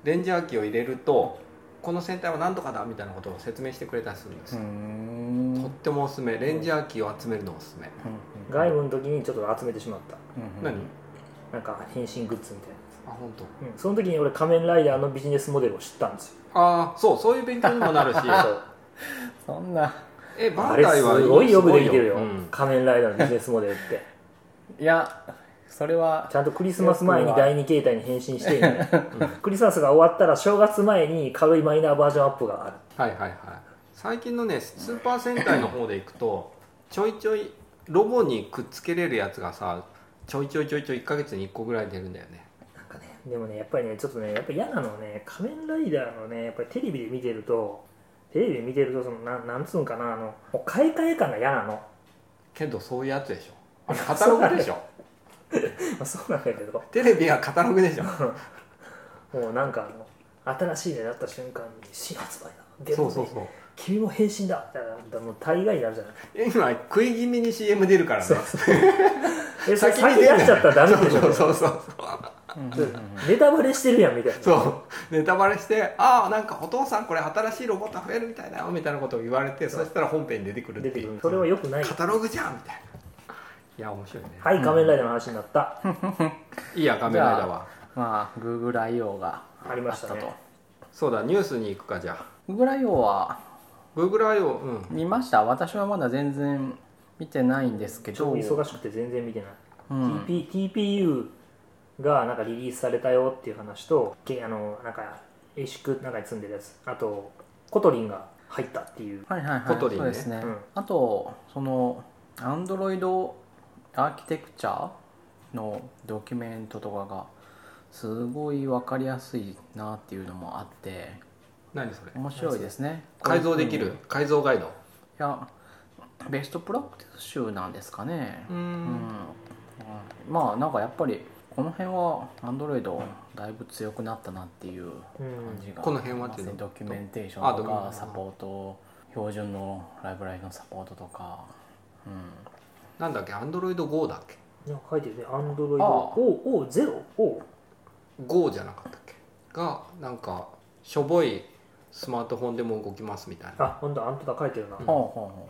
レンジャーキーを入れるとこの戦隊は何とかだみたいなことを説明してくれたりするんですうーよ、んとってもおすすめレンジャーキーを集めるのおすすめ、ガイムの時にちょっと集めてしまった何なんか変身グッズみたいあ本当。な、うん、その時に俺仮面ライダーのビジネスモデルを知ったんですよああそうそういう勉強にもなるし *laughs* そうそんなえバあンれダイすはごいよくできてるよ、うん仮面ライダーのビジネスモデルって *laughs* いやそれはちゃんとクリスマス前に第二形態に変身してみた *laughs* いなクリスマスが終わったら正月前に軽いマイナーバージョンアップがあるはいはいはい最近のねスーパー戦隊の方でいくとちょいちょいロボにくっつけれるやつがさちょいちょいちょいちょい1ヶ月に1個ぐらい出るんだよねなんかねでもねやっぱりねちょっとねやっぱ嫌なのはね仮面ライダーのねやっぱりテレビで見てるとテレビで見てるとそのなんなんつうんかなあのもう買い替え感が嫌なの *laughs* けどそういうやつでしょあれカタログでしょまあそうなんだけどテレビはカタログで *laughs* しょもうなんかあの新しいのになった瞬間に新発売だでそうそうそう君も変身だみたいなだからもう大概になるじゃない今食い気味に CM 出るからねそうそうえそれ先に先出出るしちゃったらダメでしょそうそうそうそううんちょっとネタバレしてるやんみたいなそうネタバレして「ああなんかお父さんこれ新しいロボット増えるみたいだよ」みたいなことを言われてそしたら本編に出てくる出っててくいるうそれはよくないカタログじゃんみたいないや面白いね、はい仮面ライダーの話になった、い、いや仮面ライダーはまあ GoogleIO がありあまっしたたとねそうだニュースに行くかじゃあ GoogleIO は GoogleIO うん見ました私はまだ全然見てないんですけちょどっと忙しくて全然見てない、うん TP TPU がなんかリリースされたよっていう話とけあのなんか ASIC なんかに積んでるやつあとコトリンが入ったっていうはいはいはいコトリンねそうですね、うんあとそのアンドロイドアーキテクチャのドキュメントとかがすごい分かりやすいなっていうのもあって何それ面白いですね改造できいる改造ガイドやベストプラクティス集なんですかねううんんうんまあなんかやっぱりこの辺はアンドロイドだいぶ強くなったなっていううん感じがこの辺はっていうのドキュメンテーションとあドキュメンかトサポート標準のライブラリのサポートとか、うなんだっけ AndroidGo だっけなんか書いてるねアンドロイあドあ O O ゼロ O Go じゃなかったっけがなんかしょぼいスマートフォンでも動きますみたいなあ本当あんただ書いてるな、うんん、ほうほうほう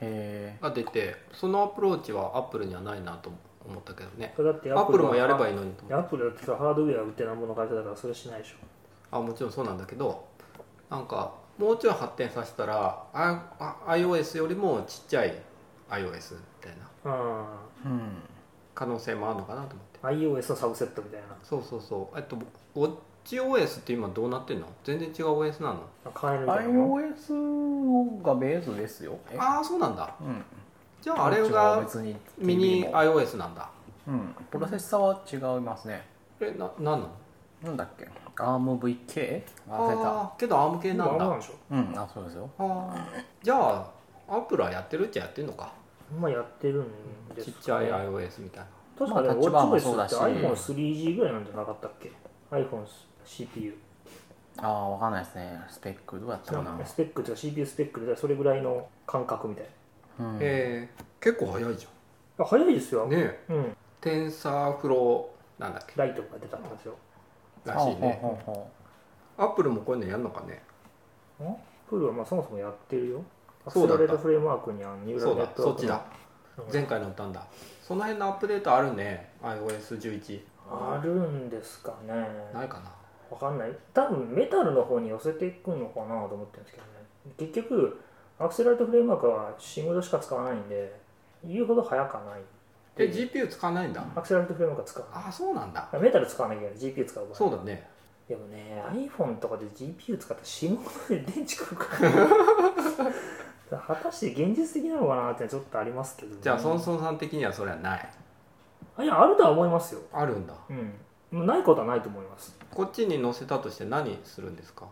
へえが出てそのアプローチは Apple にはないなと思ったけどねそれだってアップルもやればいいいのにと思アップルだってさハードウェア売ってなんぼの会社だからそれしないでしょあもちろんそうなんだけどなんかもうちょい発展させたらああ iOS よりもちっちゃい iOS みたいなあうん可能性もあるのかなと思ってあ iOS のサブセットみたいなそうそうそうえっと WatchOS って今どうなってんの全然違う OS なの買えるみたいなの iOS がベースですよえああそうなんだうんじゃああれが別にミニ TV も iOS なんだうんプロセッサーは違いますねえな何なのなんだっけ ARMVK 忘れああーけど ARM 系今なんあんだまなあんでしょたうんあそうですよあじゃあ Apple はやってるっちゃやってんのかあんまやってるんでちすっちゃいね iOS みたいな確かね、まあウォタッチバーッもチそうオだスしって iPhone3G ぐらいなんじゃなかったっけ ?iPhoneCPU ああわかんないですねスペックどうやったかなスペックとか CPU スペックでそれぐらいの感覚みたいうんえー、結構早いじなあ早いですゃよ、んねえうんテンサーフローなんだっけライトが出たんですよらしいねほうほうほうほアップルもこういうのやるのかねプールはまあそもそもやってるよアそスうだレったレートフレームワークにはニューラそルうネだットそワーっクちだ前回乗ったんだその辺のアップデートあるね iOS11 あるんですかねないかなわかんない多分メタルの方に寄せていくのかなと思ってるんですけどね結局アクセラレートフレームワークはシングルしか使わないんで言うほど早かないえ GPU 使わないんだアクセラレートフレームワークは使わないああそうなんだメタル使わなきゃいけない GPU 使う場合そうだねでもね iPhone とかで GPU 使ったら死ぬほどで電池食うから果たして現実的なのかなってちょっとありますけどね、じゃあソンソンさん的にはそれはないあいやあるとは思いますよあるんだうんもうないことはないと思いますこっちに載せたとして何するんですか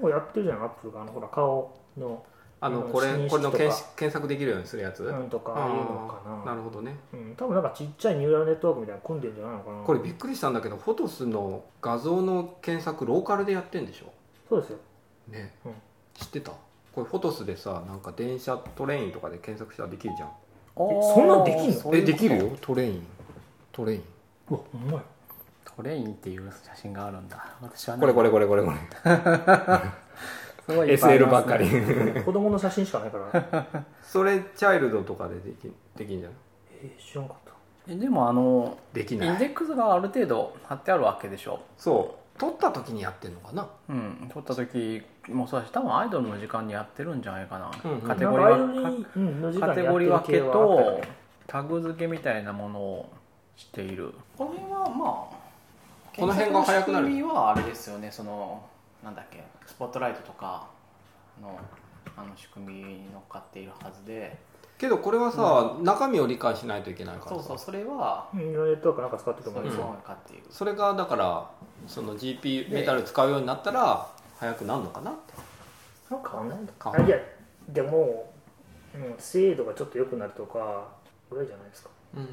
もうやってるじゃんアップルがあのほら顔のあのうんこれ新式これのとか検索検索できるようにするやつ、なんとかああいうのかななるほどねうん、多分なんかちっちゃいニューラルネットワークみたいなの組んでるんじゃないのかなこれびっくりしたんだけどフォトスの画像の検索ローカルでやってんでしょそうですよね、うん知ってたこれフォトスでさなんか電車トレインとかで検索したらできるじゃんうえそんなんできんのあーそういうことトレイントレインうわうまいトレインっていう写真があるんだ私はねこれこれこれこれこれすごいいっぱいあ SL りまばすっねかり *laughs* 子供の写真しかないからそれチャイルドとかでできできんじゃんえー、知らんかったえでもあのできインデックスがある程度貼ってあるわけでしょそう撮った時にやってんのかなうん撮った時もそうだし多分アイドルの時間にやってるんじゃないかな、うんうんカテなんゴリかアイドルーにうんの時分カ間にテやっゴてリ分ける系はあったよとタグ付けみたいなものをしているこの辺はまあこの辺が早くな検索の仕る組みはあれですよねそのなんだっけスポットライトとかのあの仕組みに乗っかっているはずでけどこれはさ、中身を理解しないといけないからさそうそうそれはニューラルネットワークなんか使ってるとそ思うういようのが買っている、それがだからその GP でメタル使うようになったら早くなるのかなってなんか変わんない変わんないあいやでも、うん、精度がちょっと良くなるとかぐらいじゃないですか、うん、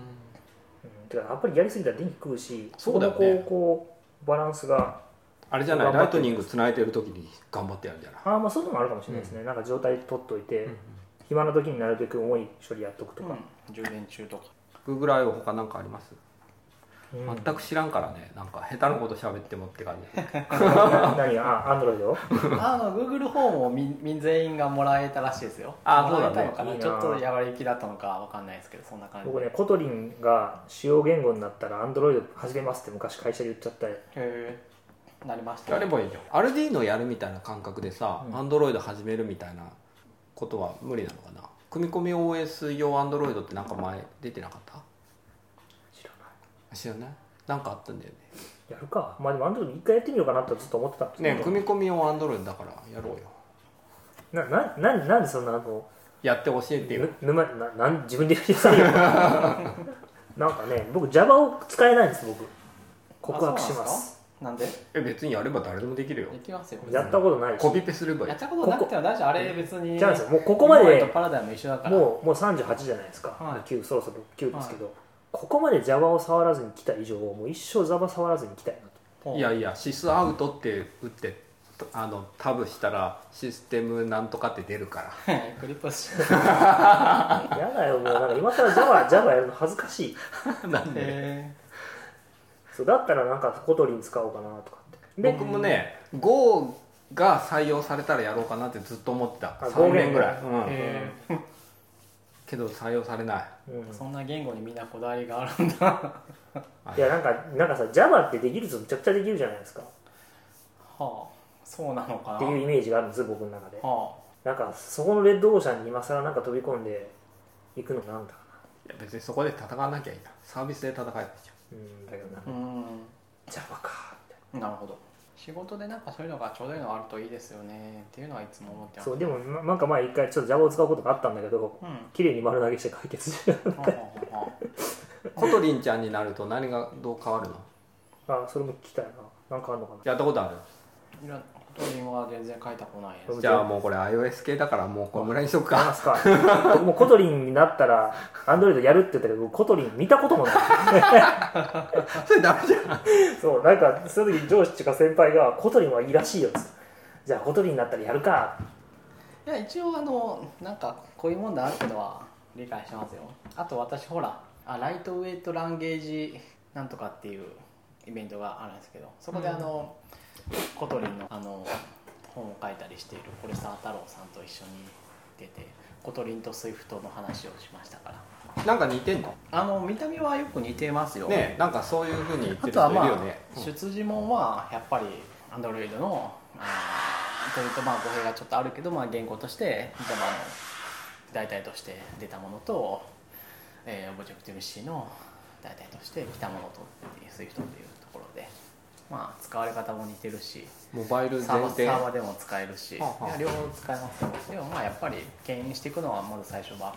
てかやっぱりやりすぎたら電気食うしそうだよねこのこうこうバランスがあれじゃない頑張ラっイてトニングつないでる時に頑張ってやるんじゃないああまあそういうのもあるかもしれないですね、なんか状態取っといて、暇な時になるべく重い処理やっとくとか、うん、充電中とかグーグル IO 他なんかありますうん全く知らんからねなんか下手なこと喋ってもって感じな何があアンドロ *laughs* イドあの Google フォームをみん全員がもらえたらしいですよあもらえたそうだねのかないいなちょっとやばりきだったのかわかんないですけどそんな感じ僕で、ねへコトリンが主要言語になったらアンドロイド始めますって昔会社で言っちゃったりえなりましたやれねばいいじゃん RD のやるみたいな感覚でさうんアンドロイド始めるみたいなことは無理なのかな組み込み OS 用アンドロイドってなんか前出てなかった知らない知らないなんかあったんだよねやるかまあでもアンドロイド一回やってみようかなとずっと思ってたんですけどねえ組み込み用アンドロイドだからやろうよななななんでそんなあのやって教えてよぬ沼ななん自分で言っ *laughs* てさいよなんかね僕 Java を使えないんです僕告白しまあそすうなんでえ別にやれば誰でもできるよすかなんでできますよやったことないしコピペすればいいやったことなくても大丈夫あれ別にじゃあですよもうここまで日本とパラダイム一緒だからもうもう38じゃないですか、はい9そろそろ9ですけど、ここまで Java を触らずに来た以上もう一生 Java 触らずに来たいなとほういやいやシスアウトって打ってあのタブしたらシステムなんとかって出るから *laughs* クリップしやだよもうなんか今から Java, Java やるの恥ずかしいなんで *laughs* てそうだったらなんかコトリン使おうかなとかってで僕もね Go が採用されたらやろうかなってずっと思ってたあ3年ぐらい、うんへえけど採用されないうんそんな言語にみんなこだわりがあるんだ *laughs* いやなんかなんかさ Java ってできるとむちゃくちゃできるじゃないですかっはあそうなのかなていうイメージがあるんです僕の中ではなんかそこのレッドオーシャンに今更なんか飛び込んでいくのなんだかいや別にそこで戦わなきゃいいなサービスで戦えばいいじなうんだけどなあうん Java かみたいなるほど仕事でなんかそういうのがちょうどいいのあるといいですよねっていうのはいつも思ってなますそうでもななんか前一回ちょっと Java を使うことがあったんだけどうんは綺麗に丸投げして解決してあはあはゃんコトリンちゃんになると何がどう変わるのあそれも聞きたい *laughs* ななんかあんのかなやったことあるあいやコトリンは全然書いたことないですじゃあもうこれ iOS 系だからもうこむらにしとくありかますか僕もコトリンになったらアンドロイドやるって言ったけど僕コトリン見たこともない *laughs* *laughs* それダメじゃんそうなんかその時上司とか先輩がコトリンはいいらしいよっつってじゃあコトリンになったらやるかいや一応あのなんかこういうもんだなってのは理解してますよあと私ほらあライトウェイトランゲージなんとかっていうイベントがあるんですけどそこであの、コトリンのあの本を書いたりしているコレスター太郎さんと一緒に出てコトリンとスイフトの話をしましたからなんか似てんのあの見た目はよく似てますよねえなんかそういうふうに言ってあるとは人いまるあ、よね、うん出自問はやっぱりアンドロイドのあのというとまあ語弊がちょっとあるけど、まあ、言語としてでもあの代替として出たものと、えー、オブジェクティブ C の代替として来たものとっていう SWIFT というところで、まあ、使われ方も似てるしモバイルサーバ前サ提ーバでも使えるし、はあはあいや両方使えますよでもまあやっぱり牽引していくのはまず最初は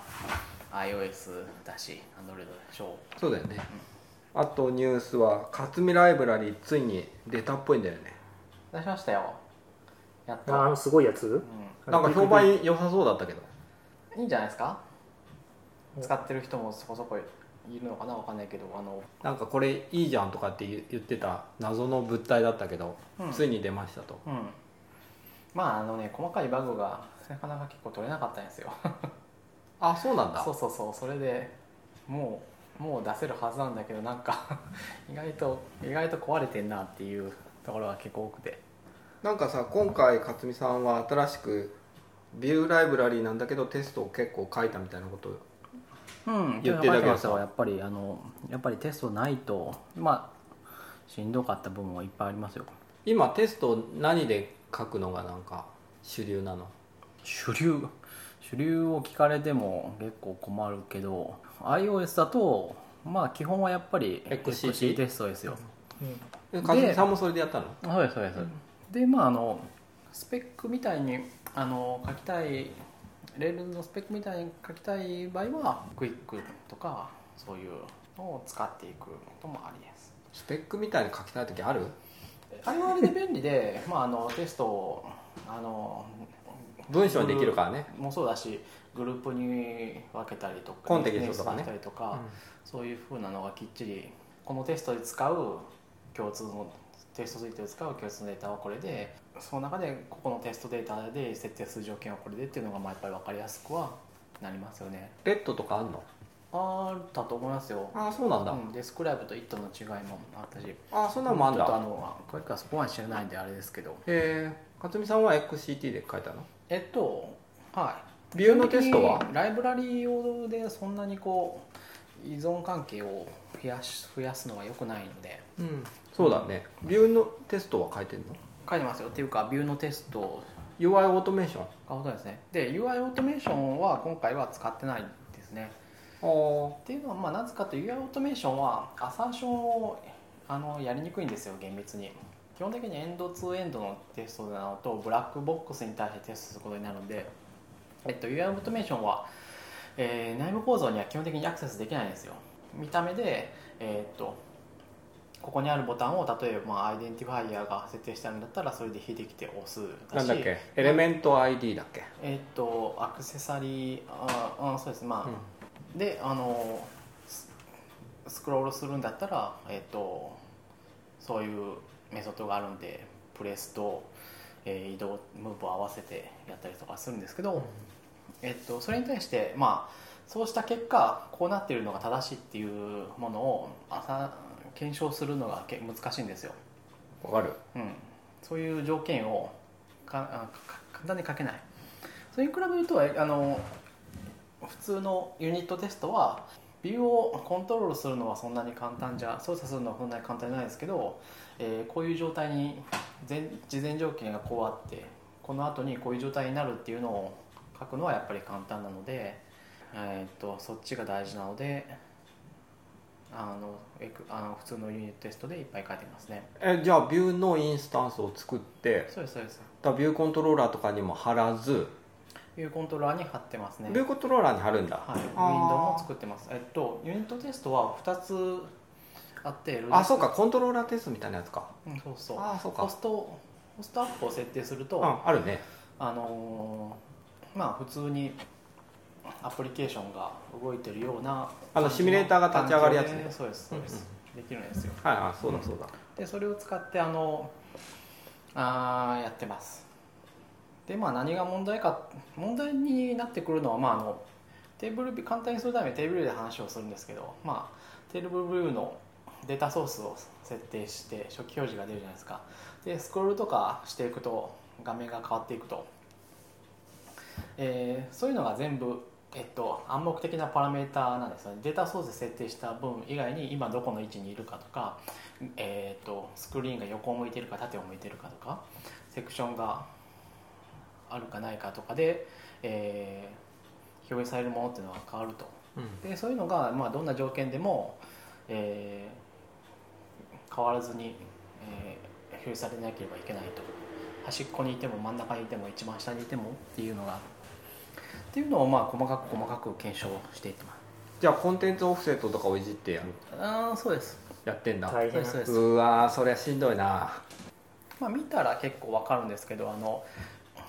iOS だし Android でしょうそうだよね、あとニュースは勝見ライブラリついに出たっぽいんだよね出しましたよやっあとーあのすごいやつ、うなんか評判良さそうだったけどん、いいんじゃないですか使ってる人もそこそこいるのかなわかんないけどあのなんかこれいいじゃんとかって言ってた謎の物体だったけど、うんついに出ましたとうんまああのね細かいバグが *laughs* なかなか結構取れなかったんですよあそうなん *laughs* だそうそうそうそれでもうもう出せるはずなんだけどなんか *laughs* 意外と意外と壊れてんなっていうところが結構多くてなんかさ今回勝見さんは新しくビューライブラリーなんだけどテストを結構書いたみたいなことうん言ってたけどさやっぱりあのやっぱりテストないとまあしんどかった部分はいっぱいありますよ今テスト何で書くのがなんか主流なの主流主流を聞かれても結構困るけど iOS だとまあ基本はやっぱり XCT XCT テストですよ、うんえ勝見さんもそれでやったのそうですそうです、でまああのスペックみたいにあの書きたいレールのスペックみたいに書きたい場合はクイックとかそういうのを使っていくこともありですスペックみたいに書きたい時あるあれはあれで便利で、 *laughs* まあ、あのテストをあの文章にできるからねもうそうだしグループに分けたりとかコンテキストとかね分けたりとか、そういうふうなのがきっちりこのテストで使う共通のテストツイートで使う共通のデータはこれでその中でここのテストデータで設定する条件はこれでっていうのがまあやっぱり分かりやすくはなりますよねレッドとかあんのあったと思いますよ、ああそうなんだ、うん、デスクライブと「イット!」の違いもあったしああそんなのもあんちょっとあだの詳しくはそこは知らないんであれですけどえー、勝美さんは XCT で書いたのえっとはいビューのテストは基本的にライブラリ用でそんなにこう依存関係を増やし増やすのは良くないのでうんそうだねビューのテストは書いてるの書いてますよっていうかビューのテスト UI オートメーションあがほとんどですねで UI オートメーションは今回は使ってないんですねあっていうのはまあなぜかというと UI オートメーションはアサーションをあのやりにくいんですよ厳密に基本的にエンド2エンドのテストなのとブラックボックスに対してテストすることになるので、えっと、UI オートメーションは、えー内部構造には基本的にアクセスできないんですよ見た目で、えーっとここにあるボタンを例えばまあアイデンティファイヤーが設定してあるんだったらそれで引いてきて押すしなんだっけエレメント ID だっけ、えーっとアクセサリーああそうですまあ、うんであのススクロールするんだったら、えっとそういうメソッドがあるんでプレスと、えー移動ムーブを合わせてやったりとかするんですけど、えっとそれに対して、まあ、そうした結果こうなっているのが正しいっていうものを朝検証するのがけ難しいんですよ、わかるうん、そういう条件をかあか簡単に書けないそれに比べるとあの普通のユニットテストはビューをコントロールするのはそんなに簡単じゃ操作するのはそんなに簡単じゃないですけど、えーこういう状態に前事前条件がこうあってこの後にこういう状態になるっていうのを書くのはやっぱり簡単なので、えーっとそっちが大事なのであのえくあの普通のユニットテストでいっぱい書いてますねえじゃあビューのインスタンスを作ってそうですそうですだビューコントローラーとかにも貼らず、ビューコントローラーに貼ってますねビューコントローラーに貼るんだ、はい、ウィンドウあーも作ってます。えっと、ユニットテストは2つあって、あそうか。コントローラーテストみたいなやつかうん、そうそう。あそうホかスト、ホストアップを設定すると、ああるねあのーまあ、普通にアプリケーションが動いてるようなあのシミュレーターが立ち上がるやつね環境でそうです、そうです。できるんですよ。はいあそうだそうだ、で、それを使って、あのあーやってます。で、まあ、何が問題か、問題になってくるのは、まあ、あの、テーブルビュー簡単にするためにテーブルで話をするんですけど、まあ、テーブルビューのデータソースを設定して初期表示が出るじゃないですかでスクロールとかしていくと画面が変わっていくと、えーそういうのが全部、えっと、暗黙的なパラメーターなんですよねデータソースで設定した分以外に今どこの位置にいるかとか、えーっとスクリーンが横を向いてるか縦を向いてるかとかセクションがあるかないかとかで、えー表現されるものっていうのは変わるとうんでそういうのが、まあ、どんな条件でも、えー変わらずに、えー表示されなければいけないと端っこにいても真ん中にいても一番下にいてもっていうのがっていうのをまあ細かく細かく検証していってますじゃあコンテンツオフセットとかをいじってやるああそうですやってんだ、大変そうですうわーそりゃしんどいなまあ、見たら結構わかるんですけどあの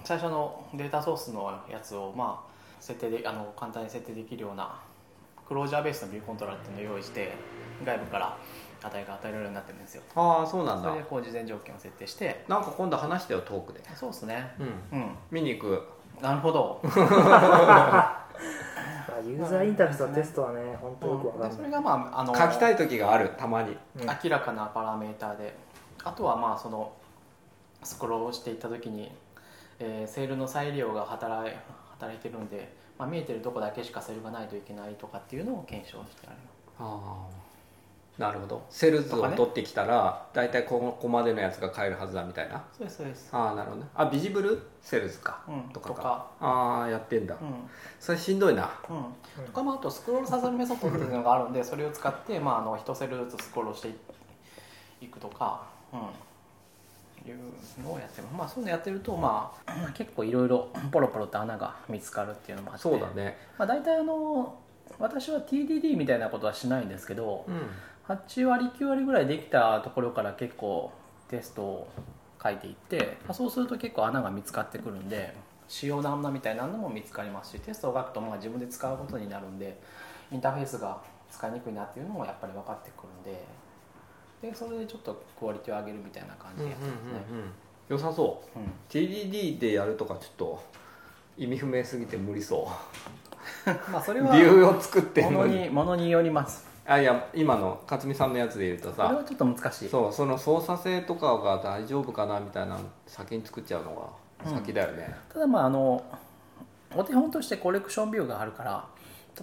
最初のデータソースのやつを、まあ、設定であの簡単に設定できるようなクロージャーベースのビューコントローラーっていうのを用意して外部から値が与えられるようになってるんですよああそうなんそだれでこう事前条件を設定してなんか今度話してよトークでそうですねうんうん見に行くなるほどあユーザーインタビューとテストはね、本当よくわかでんそない。れがまああの書きたい時があるたまにうん明らかなパラメーターであとはまあそのスクロールしていった時に、えーセールの再利用が働い働いてるんで、まあ、見えてるとこだけしかセールがないといけないとかっていうのを検証してありますああなるほどセルズを取ってきたら大体ここまでのやつが買えるはずだみたいなそうですそうですああなるほどねあビジブルセルズか、うんとかとかかああやってんだ、うんそれしんどいなうんとかまああとスクロールさせるメソッドっていうのがあるんでそれを使って、まあ、あの一セルずつスクロールしていくとかうんいうのをやってますまあそういうのやってるとまあ *clears throat* 結構いろいろポロポロと穴が見つかるっていうのもあってそうだねまあ、大体あの私は TDD みたいなことはしないんですけどうん8割9割ぐらいできたところから結構テストを書いていってまあそうすると結構穴が見つかってくるんで仕様の穴みたいなのも見つかりますしテストを書くとまあ自分で使うことになるんでインターフェースが使いにくいなっていうのもやっぱり分かってくるんででそれでちょっとクオリティを上げるみたいな感じうんうでやんってますね。うんうん良さそううん TDD でやるとかちょっと意味不明すぎて無理そまあそれは理由を作ってるもののににものによりますあいや今の勝美さんのやつで言うとそれさはちょっと難しいそうその操作性とかが大丈夫かなみたいなの先に作っちゃうのがうん先だよね、ただまああのお手本としてコレクションビューがあるから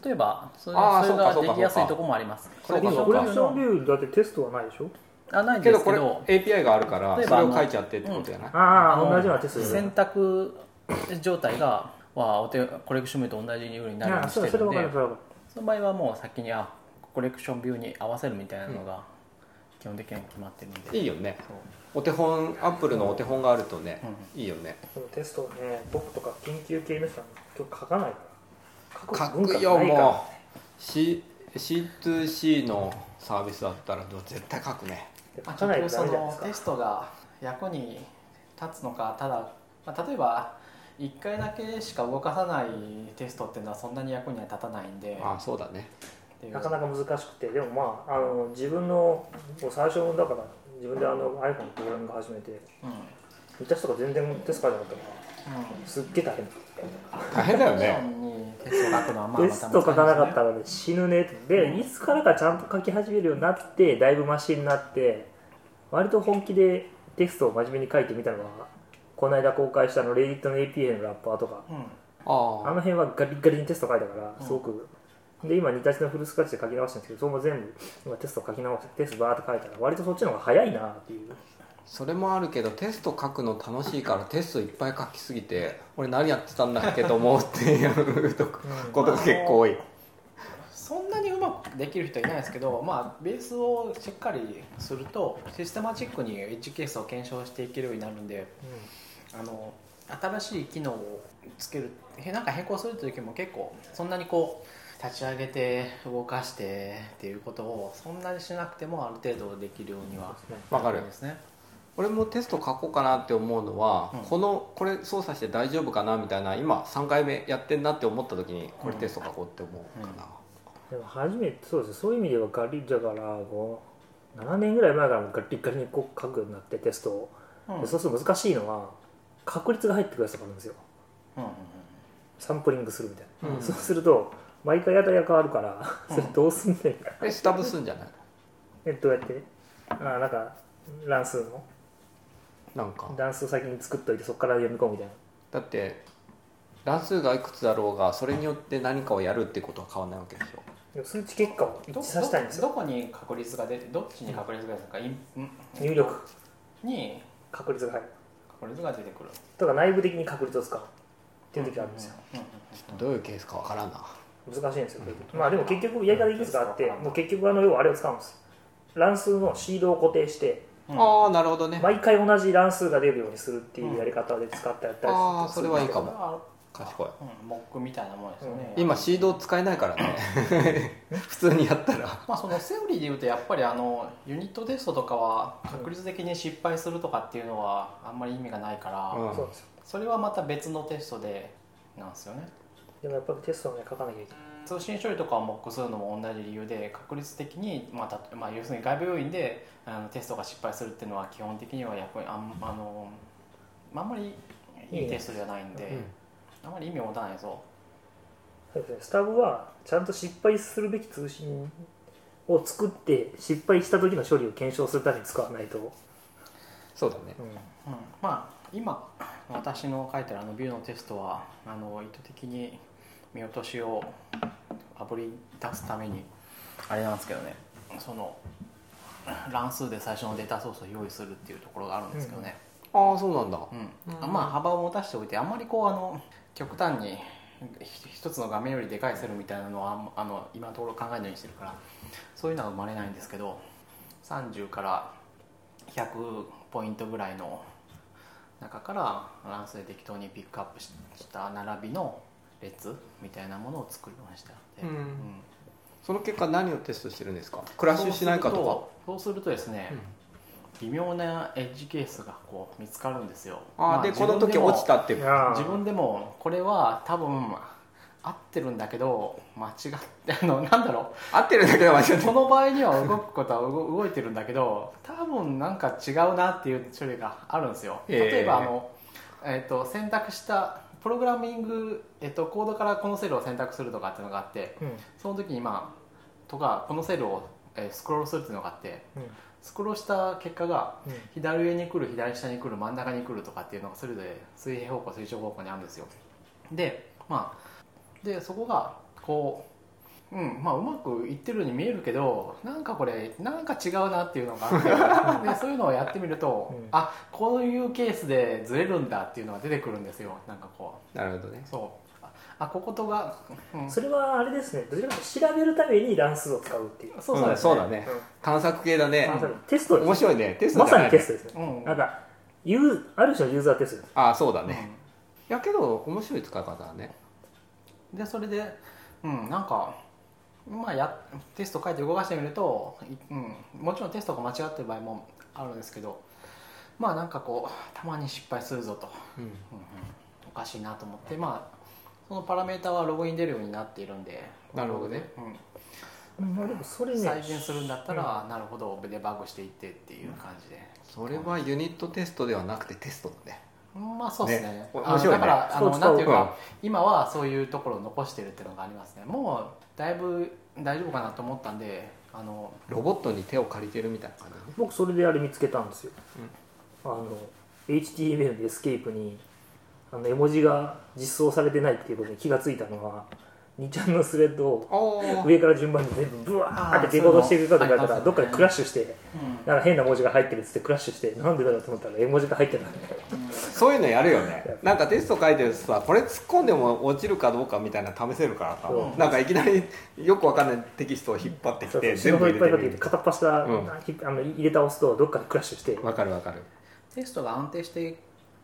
例えばそれあーそれがそうでかそうかそうかきやすいとこもありますそうコレかクションコビレュクーションビのューだってテストはないでしょあないんけでどすけこれど API があるから例えそばれあのを書いちゃってってことじゃない、ああのあ同じようなテストです選択状態がはお手コレクションビューと同じようになるようあにあしそうてそれるわのかでるそれわかるその場合はもう先にあコレクションビューに合わせるみたいなのが基本的には決まってるんで、いいよねそうお手本アップルのお手本があるとね、いいよねでもテストはね僕とか研究系の人は今日書かないから書書文く化がよないからもう C- C2C のサービスだったら絶対書くねまあ、書ちょかっないととダそメじゃないでのすかテストが役に立つのかただ、まあ、例えば1回だけしか動かさないテストっていうのはそんなに役には立たないんであそうだねっていうなかなか難しくてでもまああの自分のもう最初だから自分であの iPhone のプログラミング始めてうんうん見た人が全然テスト書いてなかったからすっげえ大変だった大変だよねにテストを書くのはまあまた難しいでテすスねト書かなかったらね死ぬねってでいつからかちゃんと書き始めるようになってだいぶマシになって割と本気でテストを真面目に書いてみたのはこの間公開したあのレイ i ットの APA のラッパーとかうんあああの辺はガリッガリにテスト書いたからうんすごく、で今似たちのフルスクラッチで書き直してるんですけどそれも全部今テスト書き直してテストバーって書いたら割とそっちの方が早いなっていうそれもあるけどテスト書くの楽しいからテストいっぱい書きすぎて俺何やってたんだっけと思うっていうとこうんことが結構多いそんなにうまくできる人はいないですけど、まあ、ベースをしっかりするとシステマチックにエッジケースを検証していけるようになるんであの新しい機能をつけるへなんか変更するという時も結構そんなにこう立ち上げて動かしてっていうことをそんなにしなくてもある程度できるようにはわかるなですね俺もテスト書こうかなって思うのは、うんこのこれ操作して大丈夫かなみたいな今3回目やってんなって思った時にこれテスト書こうって思うかな、でも初めてそうですねそういう意味ではガリだからこう7年ぐらい前からもうガリッガリにこう書くようになってテストを、うんうんでそうすると難しいのは確率が入ってくるやつとかあるんですようんうんサンプリングするみたいな、うんそうすると毎回やたや変わるからうんそれどうすんねん、えスタブすんじゃないえどうやってあーなんか乱数のなんか乱数先に作っといてそこから読み込むみたいだなって乱数がいくつだろうがそれによって何かをやるってことは変わらないわけでしょでも数値結果を一ど致させたいんですどよこに確率が出てどっちに確率が出てるかインん入力に確率が入る確率が出てくるっとか内部的に確率を使うっていう時があるんですよ、どういうケースかわからんな難しいんですよ、まあでも結局やり方いくつかあってもう結局あの要はあれを使うんです乱数のシードを固定してああなるほどね毎回同じ乱数が出るようにするっていうやり方で使ってやったりああそれはいいあかもあ賢いうんモックみたいなもんですよね今シード使えないからね普通にやったらまあ、そのセオリーでいうとやっぱりあのユニットテストとかは確率的に失敗するとかっていうのはあんまり意味がないから、うんそうですよそれはまた別のテストでなんですよねでもやっぱりテストはね書かなきゃいけない通信処理とかをモックするのも同じ理由で確率的に、まあたまあ、要するに外部要因であのテストが失敗するっていうのは基本的には役にあんあのあんまりいいテストじゃないんで、あんまり意味を持たないぞ、そうですねスタブはちゃんと失敗するべき通信を作って失敗した時の処理を検証するために使わないと、そうだねうん、まあ今私の書いてるあのビューのテストはあの意図的に見落としをあぶり出すためにあれなんですけどねその乱数で最初のデータソースを用意するっていうところがあるんですけどね、ああそうなんだうんうんまあ幅を持たしておいてあんまりこうあの極端にひ一つの画面よりでかいセルみたいなのはあんあの今のところ考えないようにしてるからそういうのは生まれないんですけど30から100ポイントぐらいの中から乱数で適当にピックアップしした並びの列みたいなものを作るようにしたので、うんうんその結果何をテストしてるんですかクラッシュしないかとそうするとそうするとですね、か微妙なエッジケースがこう見つかるんですよあまあで自この分で時も落ちたっていやー自分でもこれは多分合ってるんだけど間違ってあのなんだろ合ってるだけで間違ってうこの場合には動くことは動動いてるんだけど多分なんか違うなっていう処理があるんですよへー例えばあの、えー、と選択したプログラミング、えっと、コードからこのセルを選択するとかっていうのがあってうんその時にまあとかこのセルを、えースクロールするっていうのがあってうんスクロールした結果がうん左上に来る左下に来る真ん中に来るとかっていうのがそれぞれ水平方向垂直方向にあるんですよでまあでそこがこううんまあうまくいってるように見えるけどなんかこれなんか違うなっていうのがあ *laughs* ってでそういうのをやってみると、うんあこういうケースでずれるんだっていうのが出てくるんですよなんかこなるほどねうそうああこことが、うん、それはあれですねどちらかというと調べるために乱数を使うっていう、そううんそうだねう探索系だねんまさにテスト面です白いねテストまじゃさないにテストですね、うんなんかユーある種のユーザーテストですああそうだね、うんいやけど面白い使い方だねでそれでうんなんかまあやテスト書いて動かしてみると、いうん、もちろんテストが間違ってる場合もあるんですけどまあなんかこうたまに失敗するぞと、うんうんうんおかしいなと思ってまあそのパラメータはログに出るようになっているんでなるほどね、うんまあでもそれうん、ね再現するんだったら、なるほどデバッグしていってっていう感じで、それはユニットテストではなくてテストだねうんまあそうですねねあ面白いねだからあのそうなんていうか、うん今はそういうところを残してるっていうのがありますねもうだいぶ大丈夫かなと思ったんであのロボットに手を借りてるみたいな感じだね僕それであれ見つけたんですよ、あの HTML のエスケープにあの絵文字が実装されてないっていうことに気がついたのは2ちゃんのスレッドをあ上から順番に全部ブワーってデコードしていくかとかやったあらーどっかでクラッシュしてうなんか変な文字が入ってるっつってクラッシュしてなんでだろうと思ったら絵文字が入ってないそういうのやるよねなんかテスト書いてるとさこれ突っ込んでも落ちるかどうかみたいな試せるからさ、うんなんかいきなりよくわかんないテキストを引っ張ってきそうそてう死全ぬ部ほど入いれっぱいてみ書けてる片っ端からうんあの入れ倒すとどっかでクラッシュしてわかるわかるテストが安定して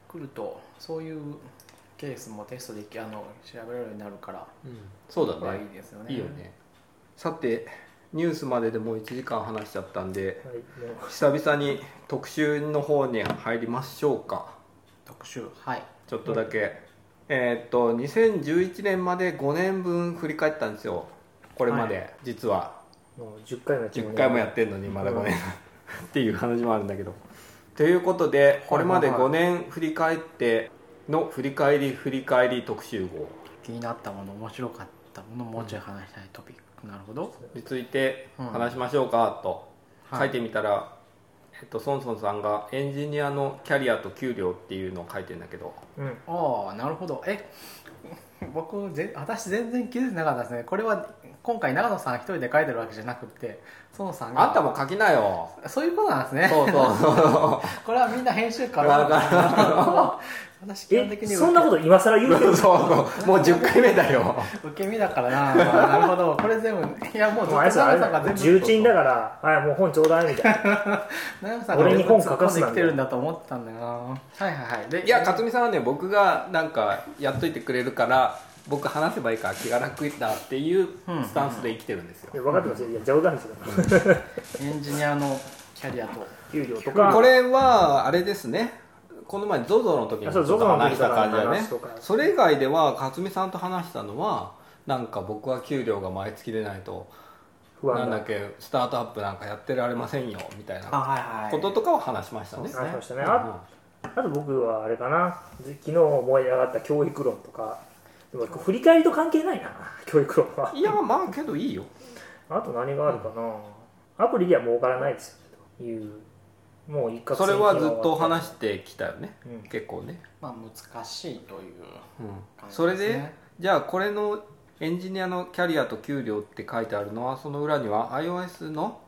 くるとそういうケースもテストできあの調べられるようになるからそうこれだはいねいですよねいいよねさてニュースまででもう1時間話しちゃったんではいもう久々に特集の方に入りましょうか特集はいちょっとだけ、えーっと2011年まで5年分振り返ったんですよこれまで、は実はもう10回もやって10回もやってんのにまだ5年、っていう話もあるんだけどということでこれまで5年振り返っての振り返り振り返り特集号気になったもの面白かったものもうちょい話したいトピックなるほどについて話しましょうかとうん書いてみたら、えっと、ソンソンさんがエンジニアのキャリアと給料っていうのを書いてんだけどうんああなるほどえ *laughs* 僕ぜ私全然気づいてなかったですねこれは今回長野さん一人で書いてるわけじゃなくって園さんがあんたも書きなよそういうことなんですねそう *laughs* そうそう *laughs* これはみんな編集かわから *laughs* 私基本的えにそんなこと今更言うてそるうそうもう10回目だよ受け身だからななるほどこれ全部いやもうずっもとうあ長野れさあれさんがだ全重部鎮だからあもう本ちょうだ *laughs* いみたいな長野さんが俺に全部本突書っ込かんですきなんだてるんだと思ってたんだよなはいはいはいでいや克実さんはね僕がなんかやっといてくれるから僕話せばいいから気が楽だっていうスタンスで生きてるんですよ、いや分かってますよいや冗談ですよエンジニアのキャリアと給料とかこれはあれですねこの前 ZOZO の時にあちそょうっと ZOZO の話時した感じだのね話とかそれ以外では克実さんと話したのはなんか僕は給料が毎月出ないと不なん安だだっけスタートアップなんかやってられませんよみたいなはいはこととかを話しましたねそ話しましたねうんうあんあと僕はあれかな昨日思い上がった教育論とかでも振り返りと関係ないな教育論はいやまあけどいいよあと何があるかなアプリでは儲からないですよねというもう一括それはずっと話してきたよねうん結構ね、まあ難しいといううん感じですねそれでじゃあこれのエンジニアのキャリアと給料って書いてあるのはその裏には iOS の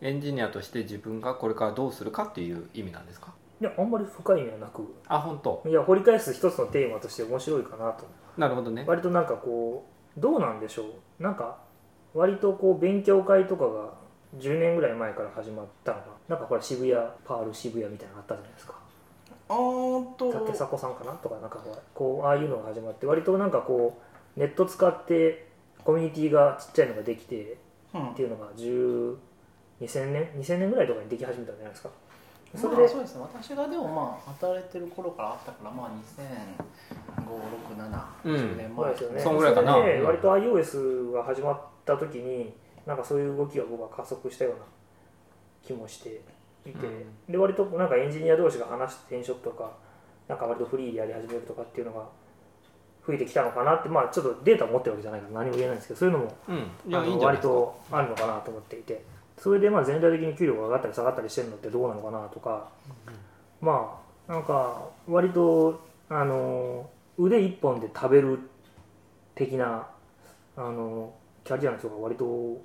エンジニアとして自分がこれからどうするかっていう意味なんですかいやあんまり深い意味はなくあ本当いや掘り返す一つのテーマとして面白いかなとなるほどね割となんかこうどうなんでしょうなんか割とこう勉強会とかが10年ぐらい前から始まったのがなんかほら渋谷パール渋谷みたいなのあったじゃないですかあーっと竹迫さんかなとかなんかほらこうああいうのが始まって割となんかこうネット使ってコミュニティがちっちゃいのができてうんっていうのが10 2000年2000年ぐらいとかにでき始めたんじゃないですかそれまあ、でそうですね私がでもまあ働いてる頃からあったからまあうん2005670年そう前ですよねそんぐらいかなそれでうん割と iOS が始まった時になんかそういう動きが僕は加速したような気もしていて、で割となんかエンジニア同士が話して転職とかなんか割とフリーでやり始めるとかっていうのが増えてきたのかなって、まあ、ちょっとデータを持ってるわけじゃないから何も言えないんですけどそういうのもうんいあやいいんじゃのな割いですかとあるのかなと思っていてそれでまあ全体的に給料が上がったり下がったりしてるのってどうなのかなとか、まあなんか割とあの腕一本で食べる的なあのキャリアの人が割と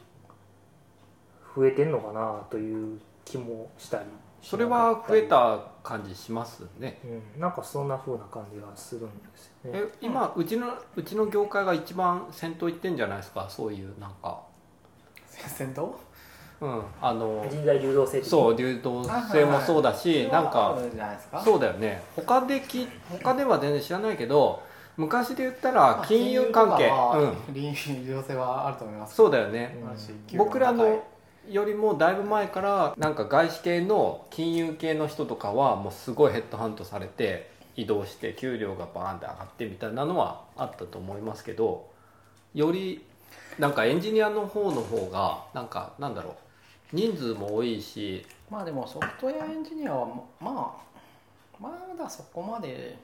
増えてんのかなという気もしたり、それは増えた感じしますねうん、なんかそんな風な感じがするんですよね。え今うちのうちの業界が一番先頭行ってんじゃないですかそういうなんか先頭うんあの人材流動性的にそう流動性もそうだしなんそかうじゃないですかそうだよね他でき他では全然知らないけど昔で言ったら金融関係まあうん金融とかは利用性はあると思いますそうだよねあるし給料も高い僕らのよりもだいぶ前からなんか外資系の金融系の人とかはもうすごいヘッドハントされて移動して給料がバーンって上がってみたいなのはあったと思いますけどよりなんかエンジニアの方の方がなんかなんだろう人数も多いしまあでもソフトウェアエンジニアはまあまだそこまで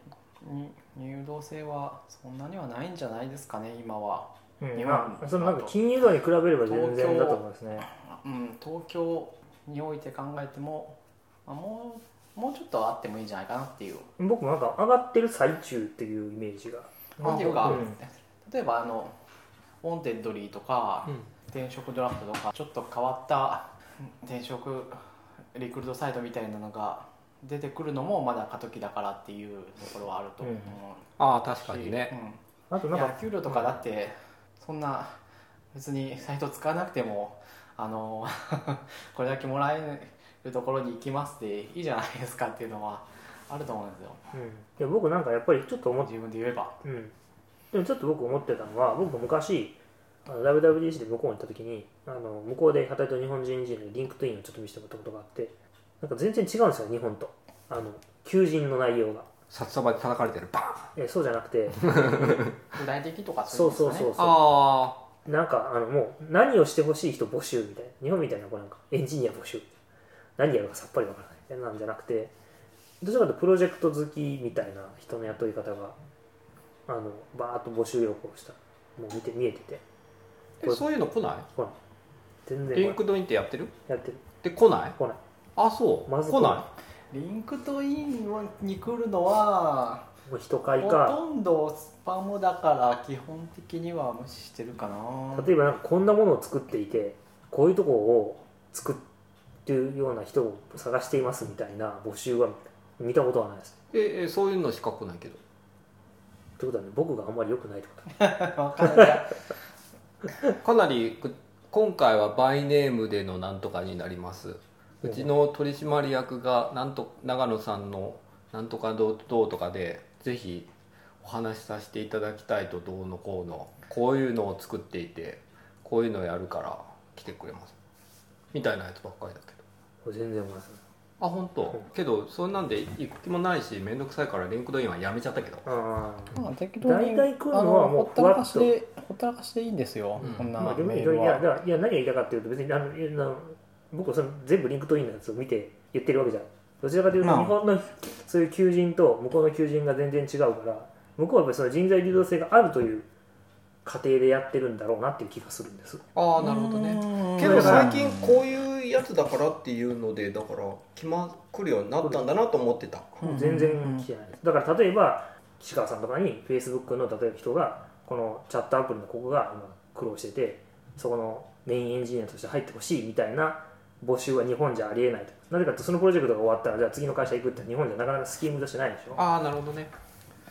に入動性はそんなにはないんじゃないですかね今は、うん、今まあそのなんか金融度に比べれば全然だと思いますね。うん、東京において考えても、まあ、もうもうちょっとあってもいいんじゃないかなっていう僕もなんか上がってる最中っていうイメージがなんていうか、うん例えばあのウォンテッドリーとか、転職ドラフトとかちょっと変わった転職リクルートサイトみたいなのが出てくるのもまだ過渡期だからっていうところはあると思うああ確しかにね、あとうん、ないんやか給料とかだってそんな別にサイト使わなくてもあの *laughs* これだけもらえるところに行きますでいいじゃないですかっていうのはあると思うんですようんいや僕なんかやっぱりちょっと思っ自分で言えば。うん、でもちょっと僕思ってたのは僕昔あの WWDC で向こうに行った時にあの向こうで働いた日本人人のリンクトインをちょっと見せてもらったことがあってなんか全然違うんですよ日本とあの求人の内容が札束で叩かれてるバーンあえそうじゃなく *laughs* て具体的とかそそうういのそうですかねそうそあうなんかあのもう何をしてほしい人募集みたいな日本みたいなこうなんかエンジニア募集何やるかさっぱりわからないみたいなんじゃなくてどちらかというとプロジェクト好きみたいな人の雇い方があのバーッと募集要項したもう見て見えててえそういうの来ないほら全リ然ンクドインってやってるやってるで来ない来ないあそう、まず来来ないなリンクトインに来るのはもう人買いほかとんどスパムだから基本的には無視してるかな例えばなんかこんなものを作っていてこういうとこを作ってるような人を探していますみたいな募集は見たことはないですいええそういうのしか来ないけど *laughs* ということはね僕があんまり良くないってこ *laughs* とわかんないかなりく今回はバイネームでのなんとかになりますうちの取締役がなんと長野さんのなんとかどうどうとかでぜひお話しさせていただきたいとどうのこうのこういうのを作っていてこういうのをやるから来てくれますみたいなやつばっかりだけどこれ全然思いませんあ本当けどそんなんで行く気もないし面倒くさいからリンクドインはやめちゃったけどあまあ適大体来るのはもあのうほったらかしでほったらかしでいいんですよ、うんこんあなまあでもメいールやいやだはからいや何が言いたかっていうと別にあのいやあの僕はその全部リンクトインのやつを見て言ってるわけじゃんどちらかというとまあ日本の *laughs* そういう求人と向こうの求人が全然違うから向こうはやっぱりその人材流動性があるという過程でやってるんだろうなっていう気がするんですああなるほどねねけど最近こういうやつだからっていうのでだから来まくるようになったんだなと思ってたうん全然来てないですだから例えば岸川さんとかに Facebook の例えば人がこのチャットアプリのここが今苦労しててそこのメインエンジニアとして入ってほしいみたいな募集は日本じゃありえないとなぜかというとそのプロジェクトが終わったらじゃあ次の会社行くって日本じゃなかなかスキームとしてないでしょああなるほどね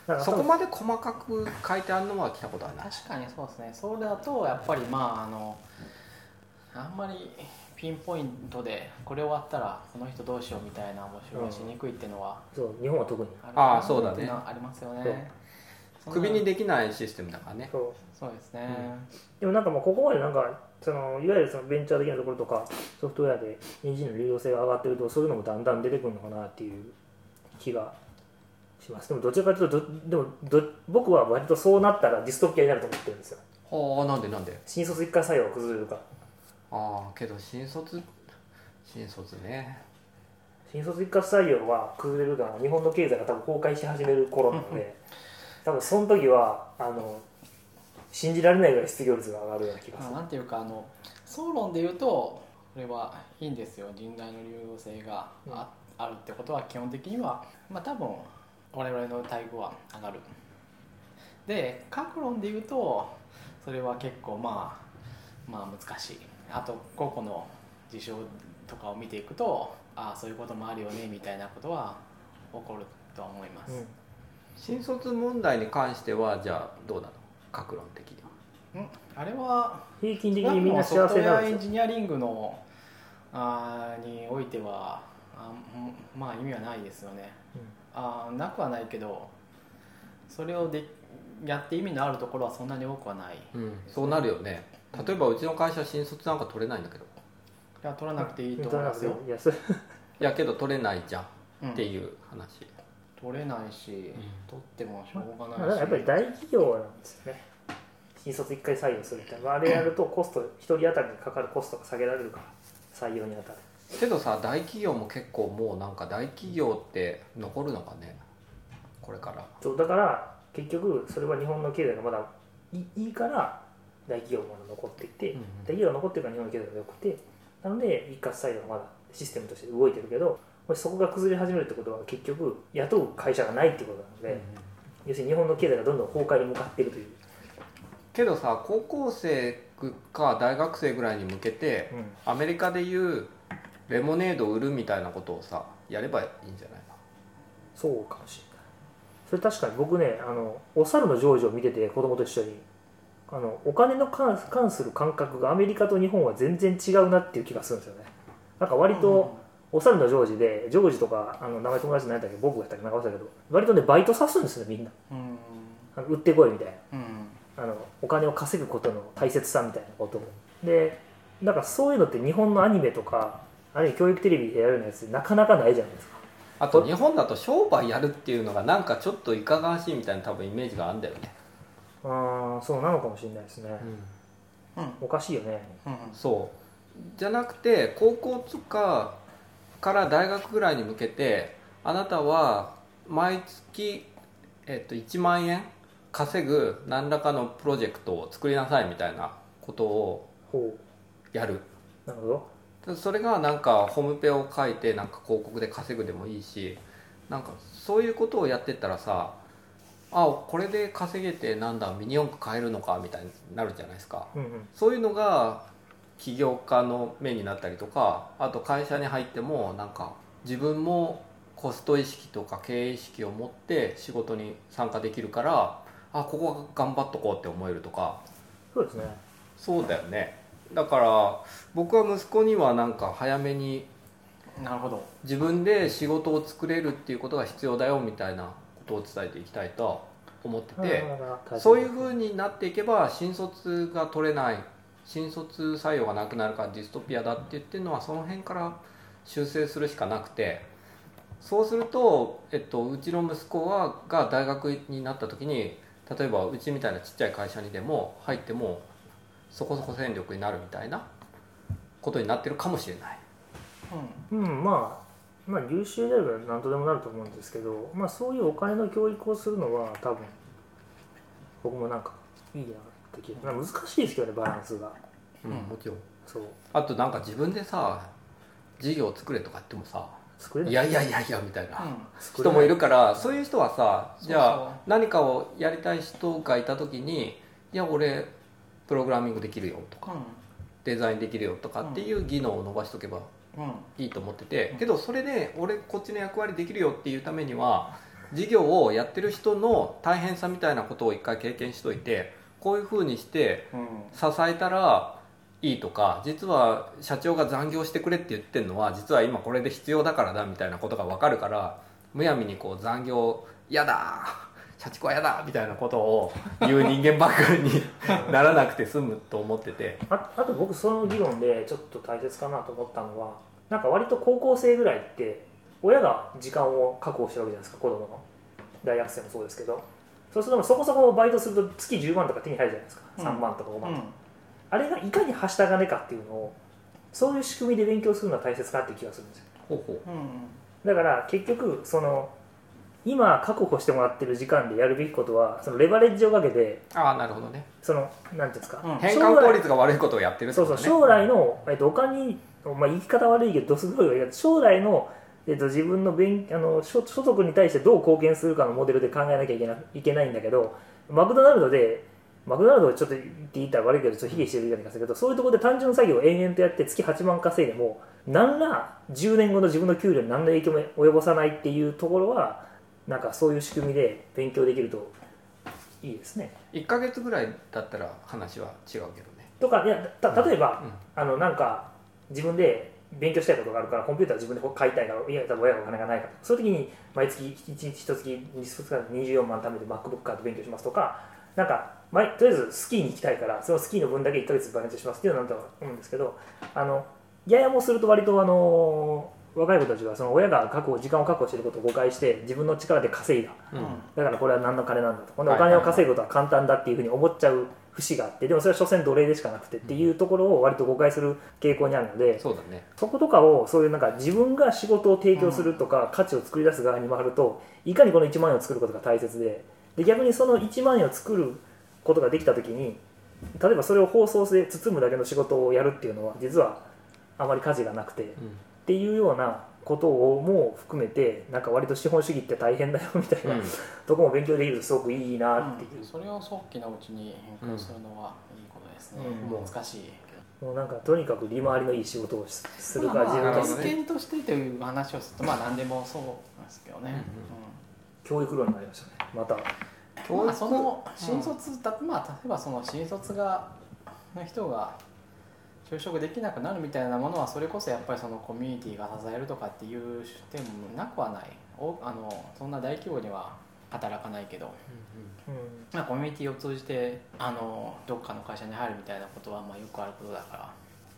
だからそこまで細かく書いてあるのは来たことはない確かにそうですねそれだとやっぱりまああのあんまりピンポイントでこれ終わったらこの人どうしようみたいな募集がしにくいっていうのはそう日本は特にあるああそうだねありますよねそんなクビにできないシステムだからねそうそうですね、でもなんかもうここまでなんかそのいわゆるそのベンチャー的なところとかソフトウェアでエンジンの流動性が上がってるとそういうのもだんだん出てくるのかなっていう気がしますでもどちらかというとどでもど僕は割とそうなったらディストピアになると思ってるんですよはあなんでなんで新卒一回採用が崩れるかああけど新卒新卒ね新卒一括採用は崩れるが日本の経済が多分崩壊し始める頃なので多分その時はあの信じられないぐらい失業率が上がるような気がすまあるなんていうかあの総論で言うとこれはいいんですよ人材の流動性があ,、あるってことは基本的にはまあ多分我々の待遇は上がるで各論で言うとそれは結構まあまあ難しいあと個々の事象とかを見ていくとああそういうこともあるよねみたいなことは起こるとは思います、新卒問題に関してはじゃあどうなの各論的にはうん、あれは平均的にみんな幸せソにフトウェなアエるんンですジよニアリングのあーにおいてはあんまあ意味はないですよねあーなくはないけどそれをでやって意味のあるところはそんなに多くはないいうんそうなるよね例えばうちの会社新卒なんか取れないんだけどや取らなくていいとうん思いますよ、いやそれいやけど取れないじゃんうんっていう話、取れないし取ってもしょうがまあないし、やっぱり大企業なんですよね新卒1回採用するってのはあれやるとコスト1人当たりにかかるコストが下げられるから採用に当たるけどさ大企業も結構もうなんか大企業って残るのかねこれからそうだから結局それは日本の経済がまだいいいから大企業もまだ残っていて、うんうん大企業が残ってるから日本の経済が良くてなので一括採用がまだシステムとして動いてるけどもしそこが崩れ始めるってことは結局雇う会社がないってことなので、要するに日本の経済がどんどん崩壊に向かっているという、けどさ高校生か大学生ぐらいに向けてアメリカでいうレモネードを売るみたいなことをさやればいいんじゃないそうかもしれないそれ確かに僕ねあのお猿のジョージを見てて子供と一緒にあのお金の関関する感覚がアメリカと日本は全然違うなっていう気がするんですよねなんか割と、お猿のジョージで、ジョージとか、あの名前友達になったっけど、僕がやったっけ、なんか忘れたけど、割とね、バイトさすんですよ、みんな。うんあの売ってこいみたいうんなあの。お金を稼ぐことの大切さみたいなことを。で、なんかそういうのって日本のアニメとか、あるいは教育テレビでやるようなやつ、なかなかないじゃないですか。あと日本だと商売やるっていうのがなんかちょっといかがわしいみたいな多分イメージがあるんだよね、うーん、そうなのかもしれないですね。うんうんおかしいよね。うんそうじゃなくて高校とかから大学ぐらいに向けてあなたは毎月、えっと、1万円稼ぐ何らかのプロジェクトを作りなさいみたいなことをほやるう。なるほど。それがなんかホームペを書いてなんか広告で稼ぐでもいいしなんかそういうことをやってったらさあこれで稼げてなんだミニ四駆買えるのかみたいになるじゃないですかうんうん。そういうのが起業家の目になったりとかあと会社に入ってもなんか自分もコスト意識とか経営意識を持って仕事に参加できるからあここは頑張っとこうって思えるとかそうですね。そうだよねだから僕は息子にはなんか早めになるほど自分で仕事を作れるっていうことが必要だよみたいなことを伝えていきたいと思っててそういうふうに。になっていけば新卒が取れない新卒採用がなくなるからディストピアだって言ってるのはその辺から修正するしかなくてそうすると、えっと、うちの息子はが大学になった時に例えばうちみたいなちっちゃい会社にでも入ってもそこそこ戦力になるみたいなことになってるかもしれない。うんうん、まあ。まあ、優秀であれば何とでもなると思うんですけど、まあ、そういうお金の教育をするのは多分僕もなんかいいなって気が難しいですけどねバランスがうん、もちろんそうあとなんか自分でさ事業を作れとか言ってもさ作れないいやいやいやいやみたいな作れ人なもいるからそういう人はさそうそうじゃあ何かをやりたい人がいた時にいや俺プログラミングできるよとかデザインできるよとかっていう技能を伸ばしとけばうんうんいいと思っててうんけどそれで俺こっちの役割できるよっていうためには事業をやってる人の大変さみたいなことを一回経験しといてこういうふうにしてうん支えたらいいとか実は社長が残業してくれって言ってるのは実は今これで必要だからだみたいなことが分かるからむやみにこう残業やだ社畜はやだみたいなことを言う人間ばっかり *laughs* にならなくて済むと思っててああと僕その議論でちょっと大切かなと思ったのはなんか割と高校生ぐらいって親が時間を確保してるわけじゃないですか子供の大学生もそうですけどそうするとそこそこバイトすると月10万とか手に入るじゃないですかうん3万とか5う万、んあれがいかにはした金かっていうのをそういう仕組みで勉強するのは大切かなっていう気がするんですよほうほうんだから結局その今確保してもらってる時間でやるべきことはそのレバレッジをかけてああなるほどねそのなんていうんですか、うん変換効率が悪いことをやってるってそうことそねう将来の、えっと、お金、まあ、言い方悪いけどどす黒い言い方将来の、えっと、自分の勉あの所所得に対してどう貢献するかのモデルで考えなきゃいけないけないんだけどマクドナルドでマクドナルドをちょっと言って言ったら悪いけどちょっと卑下してるじゃないですけどそういうところで単純作業を延々とやって月8万稼いでも何ら10年後の自分の給料に何の影響も及ぼさないっていうところはなんかそういう仕組みで勉強できるといいですね。 1か月ぐらいだったら話は違うけどねとかいやた例えば、うんあのなんか自分で勉強したいことがあるからコンピューター自分で買いたいからいや多分親がお金がないからそういう時に毎月1日1月24万貯めて MacBook 買って勉強しますとかなんか毎とりあえずスキーに行きたいからそのスキーの分だけ1ヶ月バイトしますっていうのなんだと思うんですけどあのややもすると割とあの若い子たちがその親が確保時間を確保していることを誤解して自分の力で稼いだうんだからこれは何の金なんだとこのはおいはい金を稼ぐことは簡単だっていうふうに思っちゃう節があってでもそれは所詮奴隷でしかなくてっていうところを割と誤解する傾向にあるのでそうだねそことかをそういうなんか自分が仕事を提供するとか価値を作り出す側に回るといかにこの1万円を作ることが大切でで逆にその1万円を作ることができた時に例えばそれを包装で包むだけの仕事をやるっていうのは実はあまり価値がなくて。うんっていうようなことをも含めてなんか割と資本主義って大変だよみたいな、うんとこも勉強できるとすごくいいなっていううん、それを早期のうちに変更するのはいいことですね、うんうん難しいけどもうなんかとにかく利回りのいい仕事をしするかまあ自分まあなるがほどね実験としてという話をするとまあ何でもそうなんですけどね、うんうん教育論になりましたねまたうん教まあ、育その新卒だ、まあ、例えばその新卒がの人が就職できなくなるみたいなものはそれこそやっぱりそのコミュニティが支えるとかっていう点もなくはないおあのそんな大規模には働かないけど、うんまあ、コミュニティを通じてあのどっかの会社に入るみたいなことはまあよくあることだから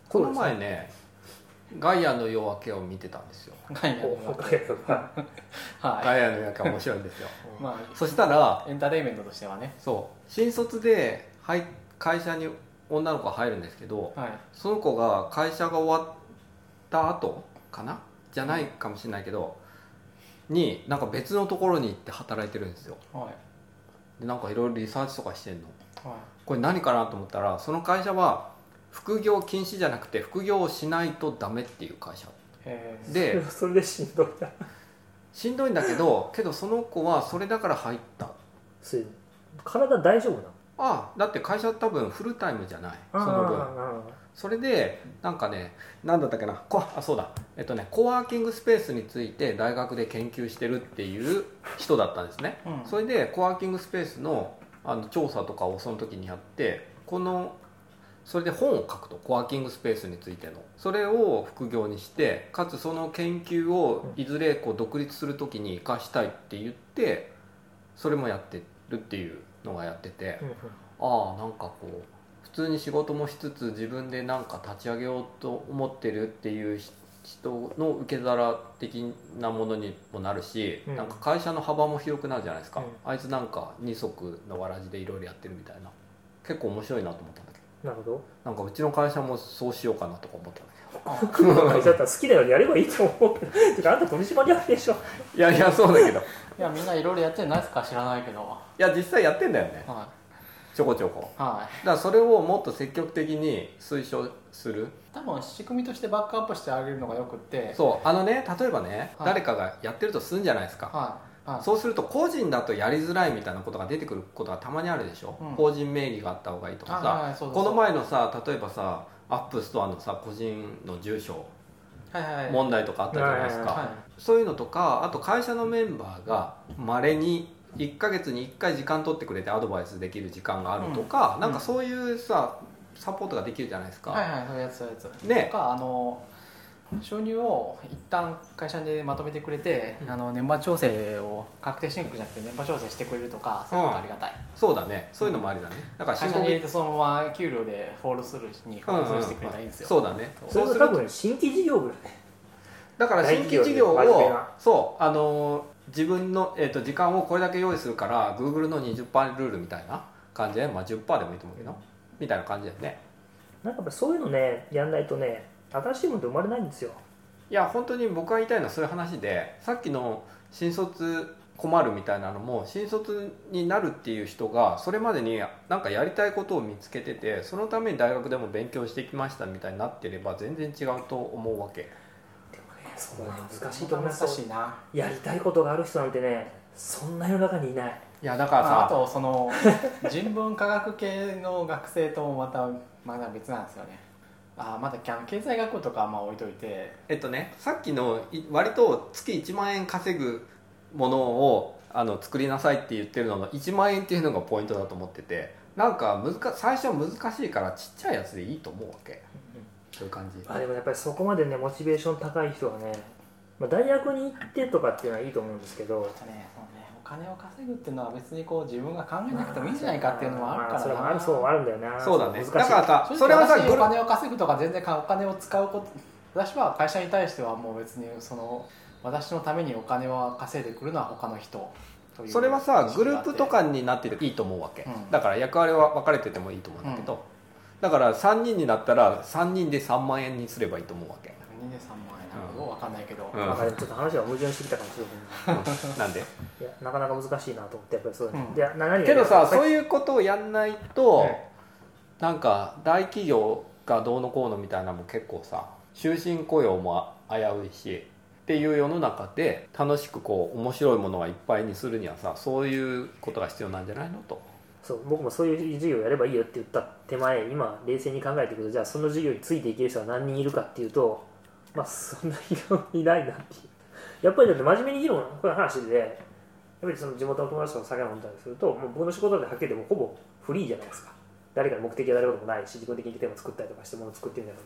この前ねガイアの夜明けを見てたんですよ概念おは若い子がはガイアの夜明けは面白いんです *laughs* よいまあそしたらエンターテインメントとしてはねそう新卒で入会社に女の子が入るんですけどはいその子が会社が終わった後かなじゃないかもしれないけどになんか別のところに行って働いてるんですよはいでなんかいろいろリサーチとかしてんのはこれ何かなと思ったらその会社は副業禁止じゃなくて副業をしないとダメっていう会社いへえでそれでしんどいなしんどいんだけどけどその子はそれだから入ったそれ体大丈夫なのああだって会社多分フルタイムじゃないその分あそれでなんかね何だったっけなこあそうだえっとねコワーキングスペースについて大学で研究してるっていう人だったんですねうんそれでコワーキングスペースのあの調査とかをその時にやってこのそれで本を書くとコワーキングスペースについてのそれを副業にしてかつその研究をいずれこう独立する時に生かしたいって言ってそれもやってるっていうのがやっててーうんうんああなんかこう普通に仕事もしつつ自分でなんか立ち上げようと思ってるっていう人人の受け皿的なものにもなるし、うんなんか会社の幅も広くなるじゃないですか、うんあいつなんか二足のわらじでいろいろやってるみたいな結構面白いなと思ったんだけなるほどどなんかうちの会社もそうしようかなとか思ったんだ会 *laughs* 社だったら好きだよやればいいと思うけどてかあんた取締役でしょけどいやいやそうだけど *laughs* いいやみんないろいろやってるのないですか知らないけどはや実際やってんだよねいはちょこちょこいだからそれをもっと積極的に推奨する多分仕組みとしてバックアップしてあげるのがよくってそうあのね例えばね、はい誰かがやってるとするんじゃないですか、はいはいそうすると個人だとやりづらいみたいなことが出てくることがたまにあるでしょ、うん法人名義があった方がいいとかあはいはさいそうそうこの前のさ例えばさアップストアのさ個人の住所はいはいはい問題とかあったじゃないですか、ははそういうのとかあと会社のメンバーがまれに1ヶ月に1回時間取ってくれてアドバイスできる時間があるとか、んなんかそういうさサポートができるじゃないですいか、はいはいそういうやつそういうやつねとかあの収入を一旦会社でまとめてくれて、うんあの年末調整を確定申告じゃなくて年末調整してくれるとかそういうのがありがたい、そうだねそういうのもありだね、だから会社に入れてそのまま給料でフォールスルーにフォールスルーしてくれたらいいんですよ、そうだねそそれうはす多ると分新規事業部だねだから新規事業大企業で真面目をなそうあのー自分の、えー、と時間をこれだけ用意するから Google の20%ルールみたいな感じで、まあ、10%でもいいと思うけどみたいな感じだよねなんかやっぱそういうのねやんないとね新しいものって生まれないんですよいや本当に僕が言いたいのはそういう話でさっきの新卒困るみたいなのも新卒になるっていう人がそれまでになんかやりたいことを見つけててそのために大学でも勉強してきましたみたいになってれば全然違うと思うわけそうなんです難しいと思います難しいなやりたいことがある人なんてねそんな世の中にいないいやだからまあ、あさとその *laughs* 人文科学系の学生ともまたまだ別なんですよねあーまだあの経済学部とかはまあ置いといてえっとねさっきのい割と月1万円稼ぐものをあの作りなさいって言ってるのの1万円っていうのがポイントだと思っててなんか難最初は難しいからちっちゃいやつでいいと思うわけそういう感じああでもやっぱりそこまでねモチベーション高い人はね、まあ、大学に行ってとかっていうのはいいと思うんですけどまたねそのねお金を稼ぐっていうのは別にこう自分が考えなくてもいいんじゃないかっていうのもあるからまあそれな、もあるそうあるんだよなそうだねだ難しいからさ正直それはさ私グおル金を稼ぐとか全然かお金を使うこと私は会社に対してはもう別にその私のためにお金は稼いでくるのは他の人というそれはさグループとかうんになってていいと思うわけ、うんだから役割は分かれててもいいと思うんだけど、だから3人になったら3人で3万円にすればいいと思うわけ、 2年3万円なるほど分かんないけど、うんなんかねちょっと話が矛盾してきたかもしれうんなんでないいやなかなか難しいなと思ってやっぱりそういうの、うんでな何がけどさそうういうことをやんないと、はいなんか大企業がどうのこうのみたいなのも結構さ終身雇用も危ういしっていう世の中で楽しくこう面白いものがいっぱいにするにはさそういうことが必要なんじゃないのとそう僕もそういう授業やればいいよって言った手前今冷静に考えていくとじゃあその授業についていける人は何人いるかっていうとまあそんなにいないなっていうや *laughs* っぱりだって真面目に議論こういう話でやっぱりその地元の友達とか酒飲んだりするともう僕の仕事ではっきり言ってもうほぼフリーじゃないですか誰かの目的や誰かでもないし自分的にテーマ作ったりとかして物作ってるんだけど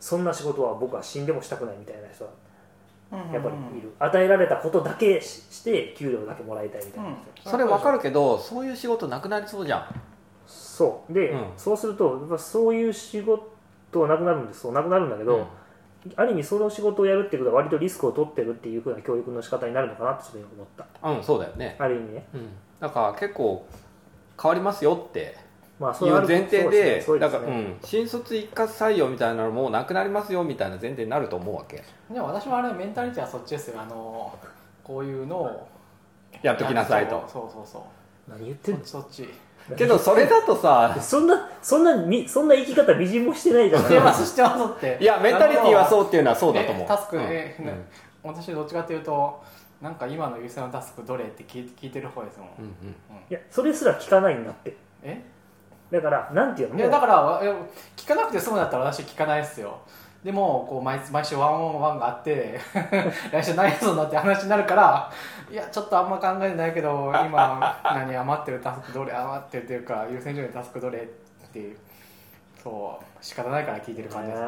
そんな仕事は僕は死んでもしたくないみたいな人はやっぱりいる、与えられたことだけしして給料だけもらいたいみたいな人、それ分かるるけどそういう仕事なくなりそうじゃんそうで、うんそうするとやっぱそういう仕事はなくなるんですそうなくなるんだけど、ある意味その仕事をやるってことは割とリスクを取ってるっていうふうな教育の仕方になるのかなってちょっと今思ったうん、そうだよねある意味ねうんだから結構変わりますよってまあそいうある前提そうでそうだすかねら、うん、新卒一括採用みたいなのもなくなりますよみたいな前提になると思うわけでも私はあれメンタリティはそっちですよあのこういうのをやっときなさいとそうそうそう何言ってんのそっち *laughs* けどそれだとさそんなそんなみそんな生き方微塵もしてないじゃしなていますしてますっていやメンタリティはうそうっていうのはそうだと思う、ねタスクねうんうん私どっちかというとなんか今の優先のタスクどれって聞い聞いてる方ですもん、うんうんいやそれすら聞かないんだってえだからなんていうのいもやうだからいや聞かなくて済むんだったら私聞かないですよでもこう毎毎週ワンオンワンがあって *laughs* 来週何やるんだって話になるからいやちょっとあんま考えてないけど *laughs* 今何余ってるタスクどれ余ってるっていうか優先順位のタスクどれっていうそう仕方ないから聞いてる感じです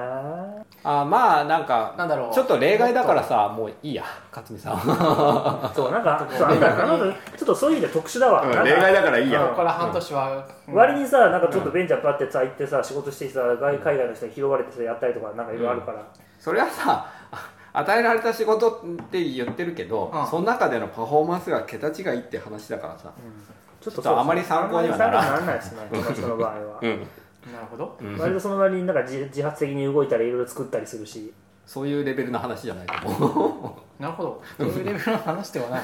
ああまあなんかなんだろうちょっと例外だからさもういいや勝見さんーそうなんかちょっとそうなんかねなんかちょっとそういう意味で特殊だわ、なんかだからいいやここから半年は、うん割にさなんかちょっとベンチャーパってさ行ってさ仕事してさ外海外の人に拾われてさやったりとかなんかいろいろあるから、それはさ *laughs* あ与えられた仕事って言ってるけど、うんその中でのパフォーマンスが桁違いって話だからさ、ちょっとちょっとあまり参考にはならんあまり参考にならないです *laughs* ねこの人の場合は、うんなるほどうん割とその割になんか自自発的に動いたりいろいろ作ったりするしそういうレベルの話じゃないと思なるほどそういうレベルの話ではない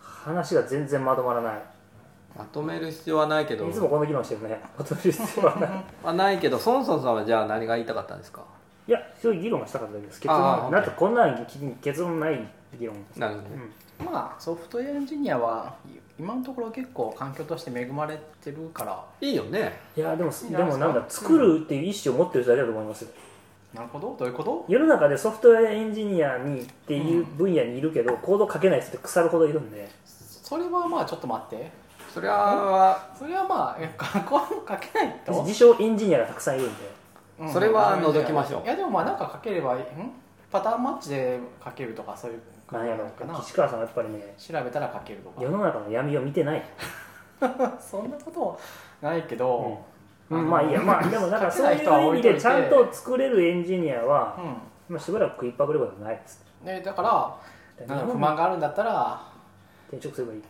話が全然まとまらないう *laughs* まとめる必要はないけどいつもこの議論してるねまとめる必要はない *laughs* はないけどソンソンさんはじゃあ何が言いたかったんですかいやそういう議論がしたかったです結あー論なんかこんなん結論ない議論なるほどうね、んまあソフトウェアエンジニアは今のところ結構環境として恵まれてるからいいよねいやでもいいでなもなんか作るっていう意思を持ってる人だけだと思いますよなるほどどういうこと世の中でソフトウェアエンジニアにっていう分野にいるけど、コード書けない人って腐るほどいるんでそれはまあちょっと待ってそれはそれはまあえ *laughs* 学校も書けないと自称エンジニアがたくさんいるんでうんそれは除きましょういやでもまあなんか書ければいいんパターンマッチで書けるとかそういう考なんえやなろのかな岸川さんはやっぱりね調べたら書けると世の中の闇を見てない、か *laughs* そんなことないけどうんあのまあいいやまあで *laughs* もなん書かけそうないい人はう意置い味といでてちゃんと作れるエンジニアは、うまあ、しばらく食いっぱぐれることはないですんねだからだなんか不から日本に満があるんだったら転職すればいい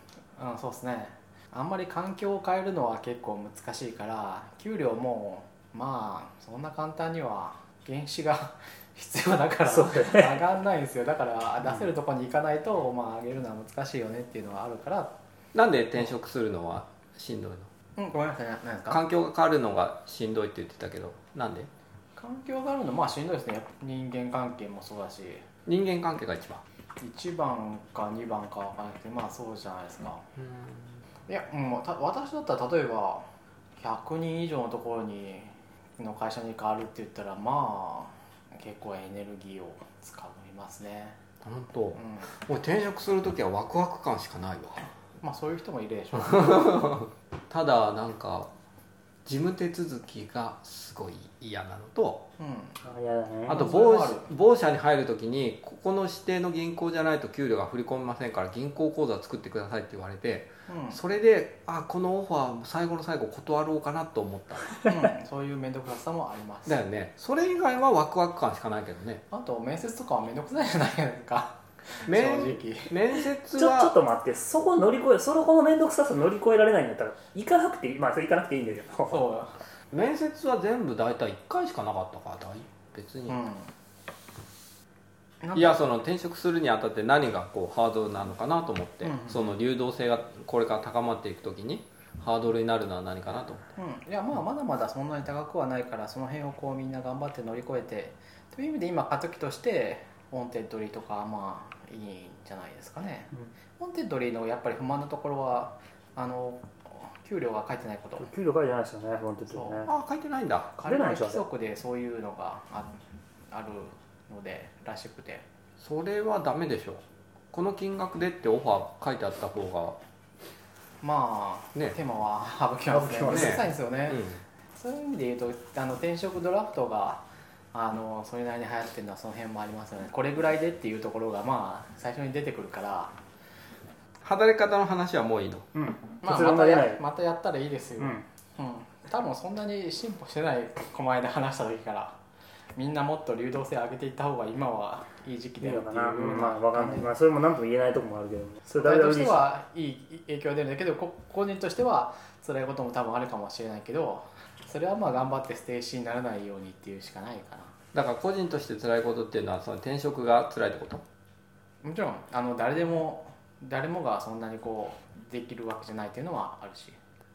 うん、そうですねあんまり環境を変えるのは結構難しいから給料もまあそんな簡単には原資が *laughs* 必要だからそう上がんないんですよだから出せるとこに行かないと、まあ上げるのは難しいよねっていうのはあるからなんで転職するのはしんどいのうんごめんなさいななんですか環境が変わるのがしんどいって言ってたけどなんで環境があるのまあしんどいですねやっぱ人間関係もそうだし人間関係が一番1番か2番か分かんなくてまあそうじゃないですかいやもうた私だったら例えば100人以上のところにの会社に変わるって言ったらまあ結構エネルギーを使いますね、本当。うもん、う転職する時はワクワク感しかないわまあそういう人もいるで *laughs* しょうただなんか事務手続きがすごい嫌なのとうんあ嫌だねあとそれ某もある某社に入る時にここの指定の銀行じゃないと給料が振り込めませんから銀行口座作ってくださいって言われてうんそれであこのオファー最後の最後断ろうかなと思ったうん、そういう面倒くささもありますだよねそれ以外はワクワク感しかないけどねあと面接とかは面倒くさいじゃないですか正面直面接ちょちょっはと待ってそこ乗り越えそこの面倒くささ乗り越えられないんだったら行かなくていいまあそれ行かなくていいんだけどそ面接は全部大体1回しかなかったから大別うに、うんなんかいやその転職するにあたって何がこうハードルなのかなと思って、うんうんその流動性がこれから高まっていくときにハードルになるのは何かなと思ってうん、いやまあまだまだそんなに高くはないからその辺をこうみんな頑張って乗り越えてという意味で今過渡期としてオンテッドリーとかまあいいんじゃないですかね、オンテッドリーのやっぱり不満なところはあの給料が書いてないこと給料からじゃないですよね本当にねああ書いてないんだカ出ルないでしょ規則でそういうのがああるのでらしくてそれはダメでしょこの金額でってオファー書いてあった方まあ、ねテーマは省きます省きねめまんどくすねさいんですよね、が、うん、そういう意味で言うとあの転職ドラフトがあのそれなりに流行ってるのはその辺もありますよねこれぐらいでっていうところがまあ最初に出てくるから、働き方の話はもういいのうんまあ、結ま論たが出なやいまたやったらいいですよ、ううんん多分そんなに進歩してないこの間話した時からみんなもっと流動性上げていった方が今はいい時期いだいよのってかいうな、うん、まあわわかんない、まあ、それも何とも言えないとこもあるけどそれ大と WWDC してはいい影響が出るんだけどこ個人としては辛いことも多分あるかもしれないけどそれはまあ頑張ってステーシーにならないようにっていうしかないかなだから個人として辛いことっていうのはその転職が辛いってこともちろんあの誰でも誰もがそんなにこうできるわけじゃないっていうのはあるし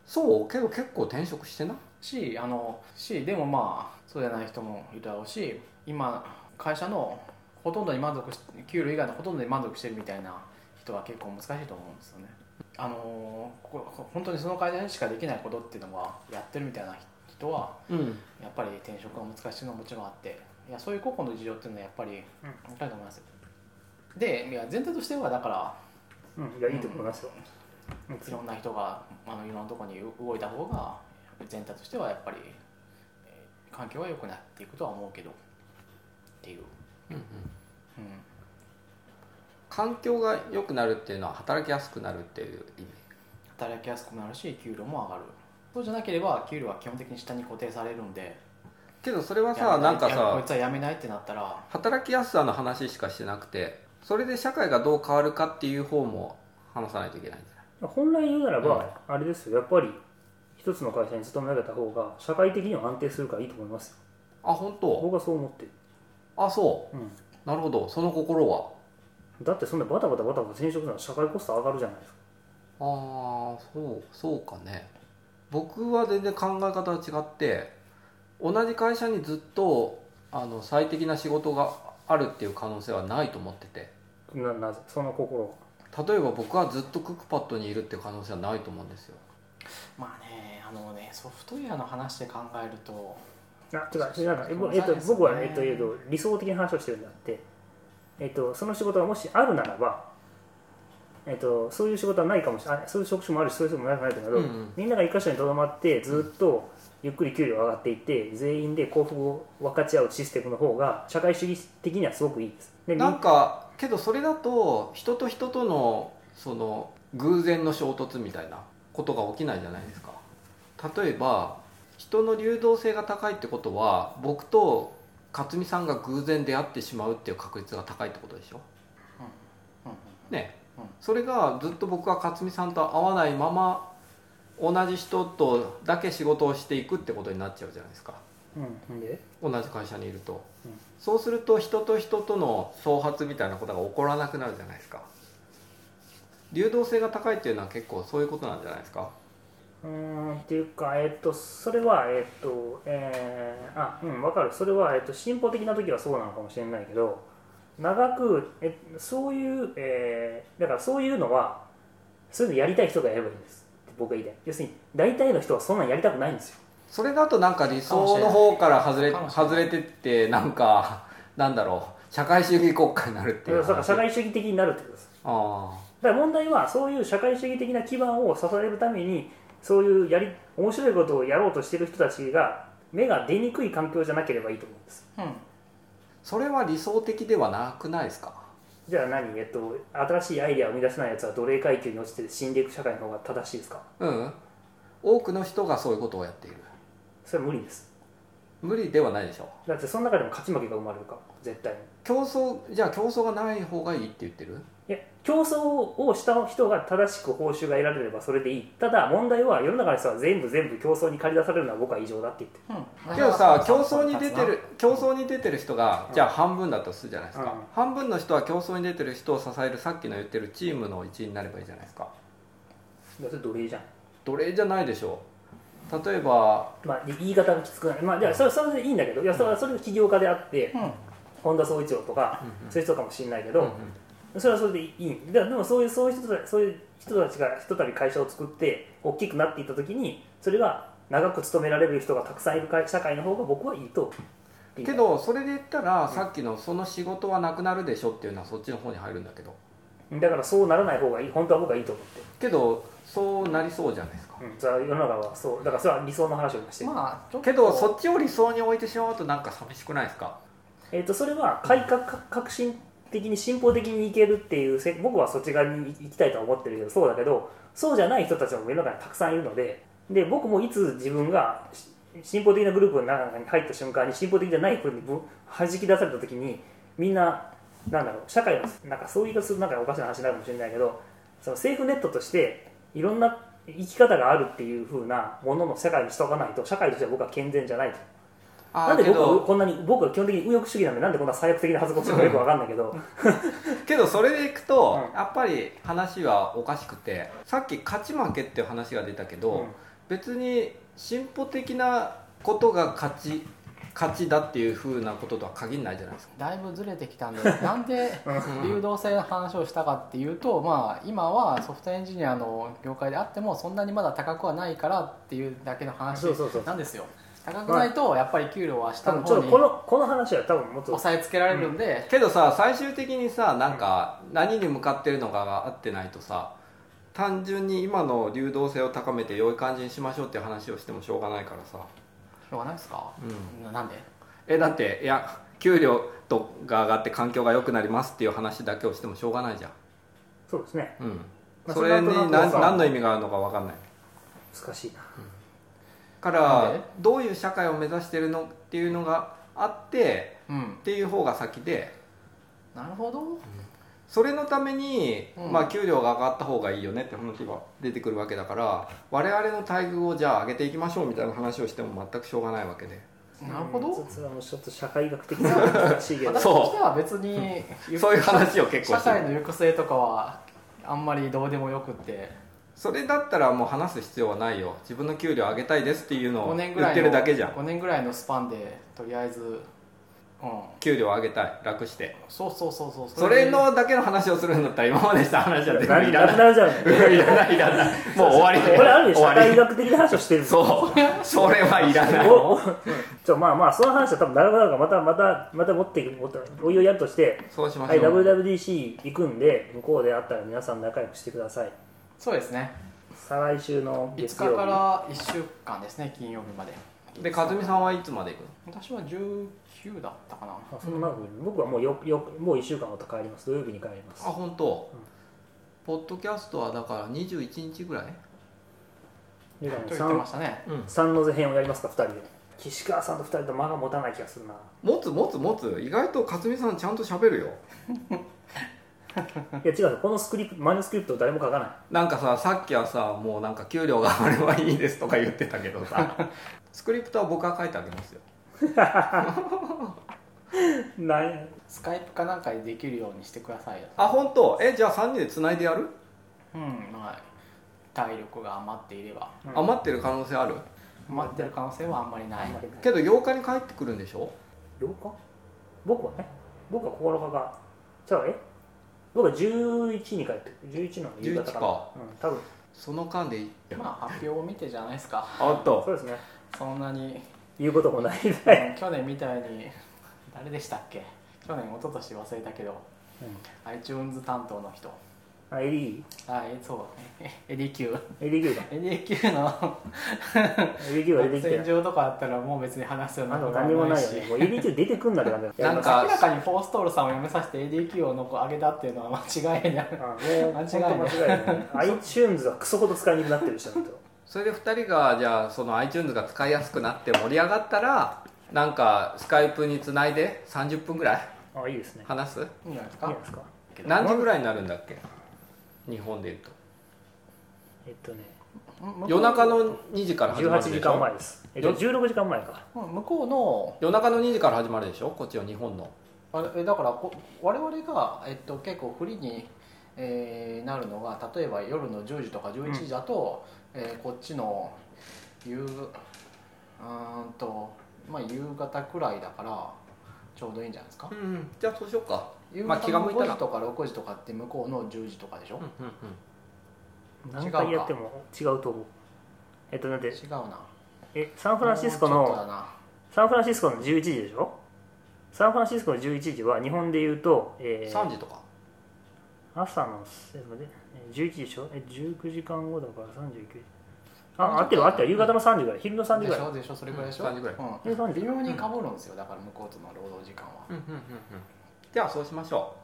そうけど結構転職してないしあのしでもまあそうじゃない人もいるだろうし今会社のほとんどに満足し給料以外のほとんどに満足してるみたいな人は結構難しいと思うんですよねあのここ本当にその会社でしかできないことっていうのはやってるみたいな人はうんやっぱり転職が難しいのはもちろんあっていやそういう個々の事情っていうのはやっぱり分かると思いますよでいや全体としてはだからうんいやいいと思いますよ、うんいろんな人があのいろんなところに動いた方が全体としてはやっぱり、えー環境は良くなっていくとは思うけどっていう、うんうんうん、環境が良くなるっていうのは働きやすくなるっていう意味働きやすくなるし給料も上がるそうじゃなければ給料は基本的に下に固定されるんでけどそれはやさめいなんかやこいさつは辞めないってなったら働きやすさの話しかしてなくてそれで社会がどう変わるかっていう方も話さないといけないんじゃない本来言うならば、あれですよやっぱり一つの会社に勤め上げた方が社会的には安定するからいいと思いますよあ本当僕はそう思ってる、あそううん、なるほどその心はだってそんなバタバタバタバタ転職なら社会コスト上がるじゃないですかああそうそうかね僕は全然考え方が違って同じ会社にずっとあの最適な仕事があるっていう可能性はないと思っててななぜその心は例えば僕はずっとクックパッドにいるっていう可能性はないと思うんですよまあねあのねソフトウェアの話で考えるとあ違う違うなんかえぼそうえっとですね僕は、えっとえっと、理想的な話をしてるんであって、えっと、その仕事がもしあるならば、えっと、そういう仕事はないかもしれないそういう職種もあるしそういう職種もなくないと思うけど、うんうんみんなが一箇所にとどまってずっとゆっくり給料が上がっていって全員で幸福を分かち合うシステムの方が社会主義的にはすごくいいですでみんなんかけどそれだと人と人とのその偶然の衝突みたいなことが起きないじゃないですか例えば人の流動性が高いってことは僕と勝美さんが偶然出会ってしまうっていう確率が高いってことでしょうんうんねうんそれがずっと僕は勝美さんと会わないまま同じ人とだけ仕事をしていくってことになっちゃうじゃないですかううんうんで同じ会社にいると、うんそうすると人と人との創発みたいなことが起こらなくなるじゃないですか流動性が高いっていうのは結構そういうことなんじゃないですかうーんっていうか、えっと、それは、えっと、えーあ、うん、わかる。それは、えっと、進歩的な時はそうなのかもしれないけど、長く、えそういう、えーだからそういうのは、そういうのやりたい人がやればいいんです。僕が言いたい。要するに、大体の人はそんなんやりたくないんですよ。それだとなんか理想の方から外れかもしれない外れてってなんか *laughs* なんだろう社会主義国家になるっていうだから話社会主義的になるってことです。あだから問題はそういう社会主義的な基盤を支えるためにそういうやり面白いことをやろうとしてる人たちが目が出にくい環境じゃなければいいと思うんですうんあそれは理想的ではなくないですかじゃあ何えっと新しいアイデアを生み出せないやつは奴隷階級に落ちて死んでいく社会の方が正しいですかうん多くの人がそういうことをやっているそれは無理です無理ではないでしょうだってその中でも勝ち負けが生まれるから絶対に競争じゃあ競争がない方がいいって言ってるいや競争をした人が正しく報酬が得られればそれでいいただ問題は世の中の人は全部全部競争に駆り出されるのは僕は異常だって言ってるうんけどさ競そう争に出てる競争に出てる人がうんじゃあ半分だとするじゃないですか、うん半分の人は競争に出てる人を支えるさっきの言ってるチームの一員になればいいじゃないですかだって奴隷じゃん奴隷じゃないでしょう例えばまあ、言い方がきつくない、まあ、じゃあそれそれでいいんだけど、いやそれはそれが起業家であって、うん本田総一郎とか、うんそういう人かもしれないけうんど、それはそれでいいんだでもそういうそういう人たちそういう人たちがひとたび会社を作って、大きくなっていったときに、それが長く勤められる人がたくさんいる会社会の方が僕はいいと。けどそれで言ったらさっきのその仕事はなくなるでしょっていうのはそっちの方に入るんだけどだからそうならない方がいい、本当は僕はいいと思って、けどそうなりそうじゃないですかうん、それは世の中はそう、だからそれは理想の話を今してる、まあちょっとけどそっちを理想に置いてしまうとなんか寂しくないですかえー、とそれは改革革新的に進歩的にいけるっていうせ僕はそっち側に行きたいとは思ってるけどそうだけどそうじゃない人たちも世の中にたくさんいるのでで僕もいつ自分がし進歩的なグループの中に入った瞬間に進歩的じゃない風にぶ弾き出された時にみんななんだろう社会のなんかそういう言い方するとなんかおかしな話になるかもしれないけどそのセーフネットとしていろんな生き方があるっていう風なものの社会にしておかないと社会としては僕は健全じゃないとあなあんでけ僕はどこんなに僕は基本的に右翼主義なんでなんでこんな左翼的な発言するのかよくわかんないけど、けどそれでいくと、うんやっぱり話はおかしくてさっき勝ち負けっていう話が出たけど、うん別に進歩的なことが勝ち勝ちだっていうふうなこととは限らないじゃないですかだいぶずれてき *laughs* たんでなんで流動性の話をしたかっていうと、まあ、今はソフトエンジニアの業界であってもそんなにまだ高くはないからっていうだけの話そうそうそうなんですよ高くないとやっぱり給料は多下の分ちょ方っとにこのこの話は多分もっと抑えつけられるんで、けどさ最終的にさなんか何に向かってるのかが合ってないとさ単純に今の流動性を高めて良い感じにしましょうっていう話をしてもしょうがないからさ、しょうがないですか、うん、ななんでえだっていや給料とが上がって環境が良くなりますっていう話だけをしてもしょうがないじゃんそうですねうんまあそれにそんなことは何さ何の意味があるのか分かんない難しいなかなんでらどういう社会を目指してるのっていうのがあってうんっていう方が先でなるほどそれのために、うんまあ、給料が上がった方がいいよねって話が出てくるわけだから我々の待遇をじゃあ上げていきましょうみたいな話をしても全くしょうがないわけでなるほど、うんそれはもうちょっと社会学的な難しいけど私そうとしては別 *laughs* にそういう話を結構社して会るの行く末とかはあんまりどうでもよくってそれだったらもう話す必要はないよ自分の給料上げたいですっていうの5を年言ぐらっいてのるだけじゃん5年ぐらいのスパンでとりあえずうん給料上げたい楽してそうそうそうそうそれのだけの話をするんだったら今までした話は全な部くいらなないくなるじゃんいらないいらないもう終わりだよこれある意味終社わり会学的な話をしてるんですよそうそれはいらないおおちょまあまあその話は多分長くなるからまたまたまた持っていくもっとおいおいやるとしてそうしまはしいょう WWDC 行くんで向こうであったら皆さん仲良くしてくださいそうですね再来週の5日月曜日から1週間ですね金曜日までで和美さんはいつまで行くの私は19だったかなあその中に僕はもうよよもう1週間また帰ります土曜日に帰りますあ本当、うんポッドキャストはだから21日ぐらいでと言ってましたねうん三の瀬編をやりますか2人で岸川さんと2人と間が持たない気がするな持つ持つ持つ意外と克美さんちゃんと喋るよいや違うよこのスクリプトマニュスクリプト誰も書かないなんかささっきはさもう *laughs* なんか給料があればいいですとか言ってたけどさスクリプトは僕が書いてあげますよなんやスカイプかなんかでできるようにしてくださいよあ本当えじゃあ3人でつないでやる、うんまあ体力が余っていれば余ってる可能性ある余ってる可能性はあんまりないけど8日に帰ってくるんでしょ8日僕はね僕は9日がじゃあえ僕は11に帰ってくる11の夕11方かなかうん多分その間でいいまあ発表を見てじゃないですかあっそとうですねそんなに言うこともないうねん去年みたいに誰でしたっけ去年一昨年忘れたけど、iTunes 担当の人あエリはいそうエディ Q ーエリー牛だエディ Q のエリー牛が出てきて戦場とかあったらもう別に話すようあなのこ何もとないよしねもうエリー牛出てくんだって感じだなん明からかにフォーストールさんを辞めさせて ADQ をのこ上げたっていうのは間違いないあもう間間違違いいなないいね iTunes はクソほど使いにくくなってるし本それで2人がじゃあその iTunes が使いやすくなって盛り上がったらなんかスカイプにつないで30分ぐらい当あいいですね話すいいんじゃないですいいかですか何時ぐらいになるんだっけ日本でいうとえっとね夜中の2時から始ま18るで時し間ょ前ですえっと16時間前かうん向こうの夜中の2時から始まるでしょこっちは日本のあれえだからこ我々が、えっと、結構不利に、えーなるのが例えば夜の10時とか11時だと、えーこっちの夕うーんと、まあ、夕方くらいだからちょうどいいんじゃないですかうんじゃあそうしようか夕まあ方気がの向いた5ら時とか6時とかって向こうの10時とかでしょ、うんうんうん何回やっても違うと思うえっとなんて違うなえサンフランシスコもうちょっとのだなサンフランシスコの11時でしょサンフランシスコの11時は日本で言うと、えー3時とか朝のえーでえー11時でしょえ19時間後だから39時あ合ってる合ってる夕方の3時ぐらい昼の3時でぐしらいょでしょそれぐらいでしょ、うん3時ぐらいうん昼の3時微妙にかぶるんですよだから向こうとの労働時間は、うんうんうんうんじゃあそうしましょ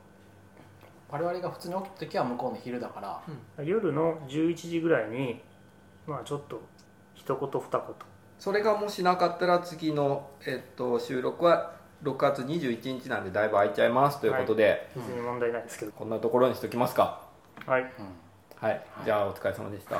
我々が普通に起きた時は向こうの昼だから夜の11時ぐらいにまあちょっと一言二言うそれがもしなかったら次の、えっと、収録は6月21日なんでだいぶ空いちゃいますということで、別に問題ないですけど、こんなところにしときますかはいうんはい、じゃあお疲れ様でした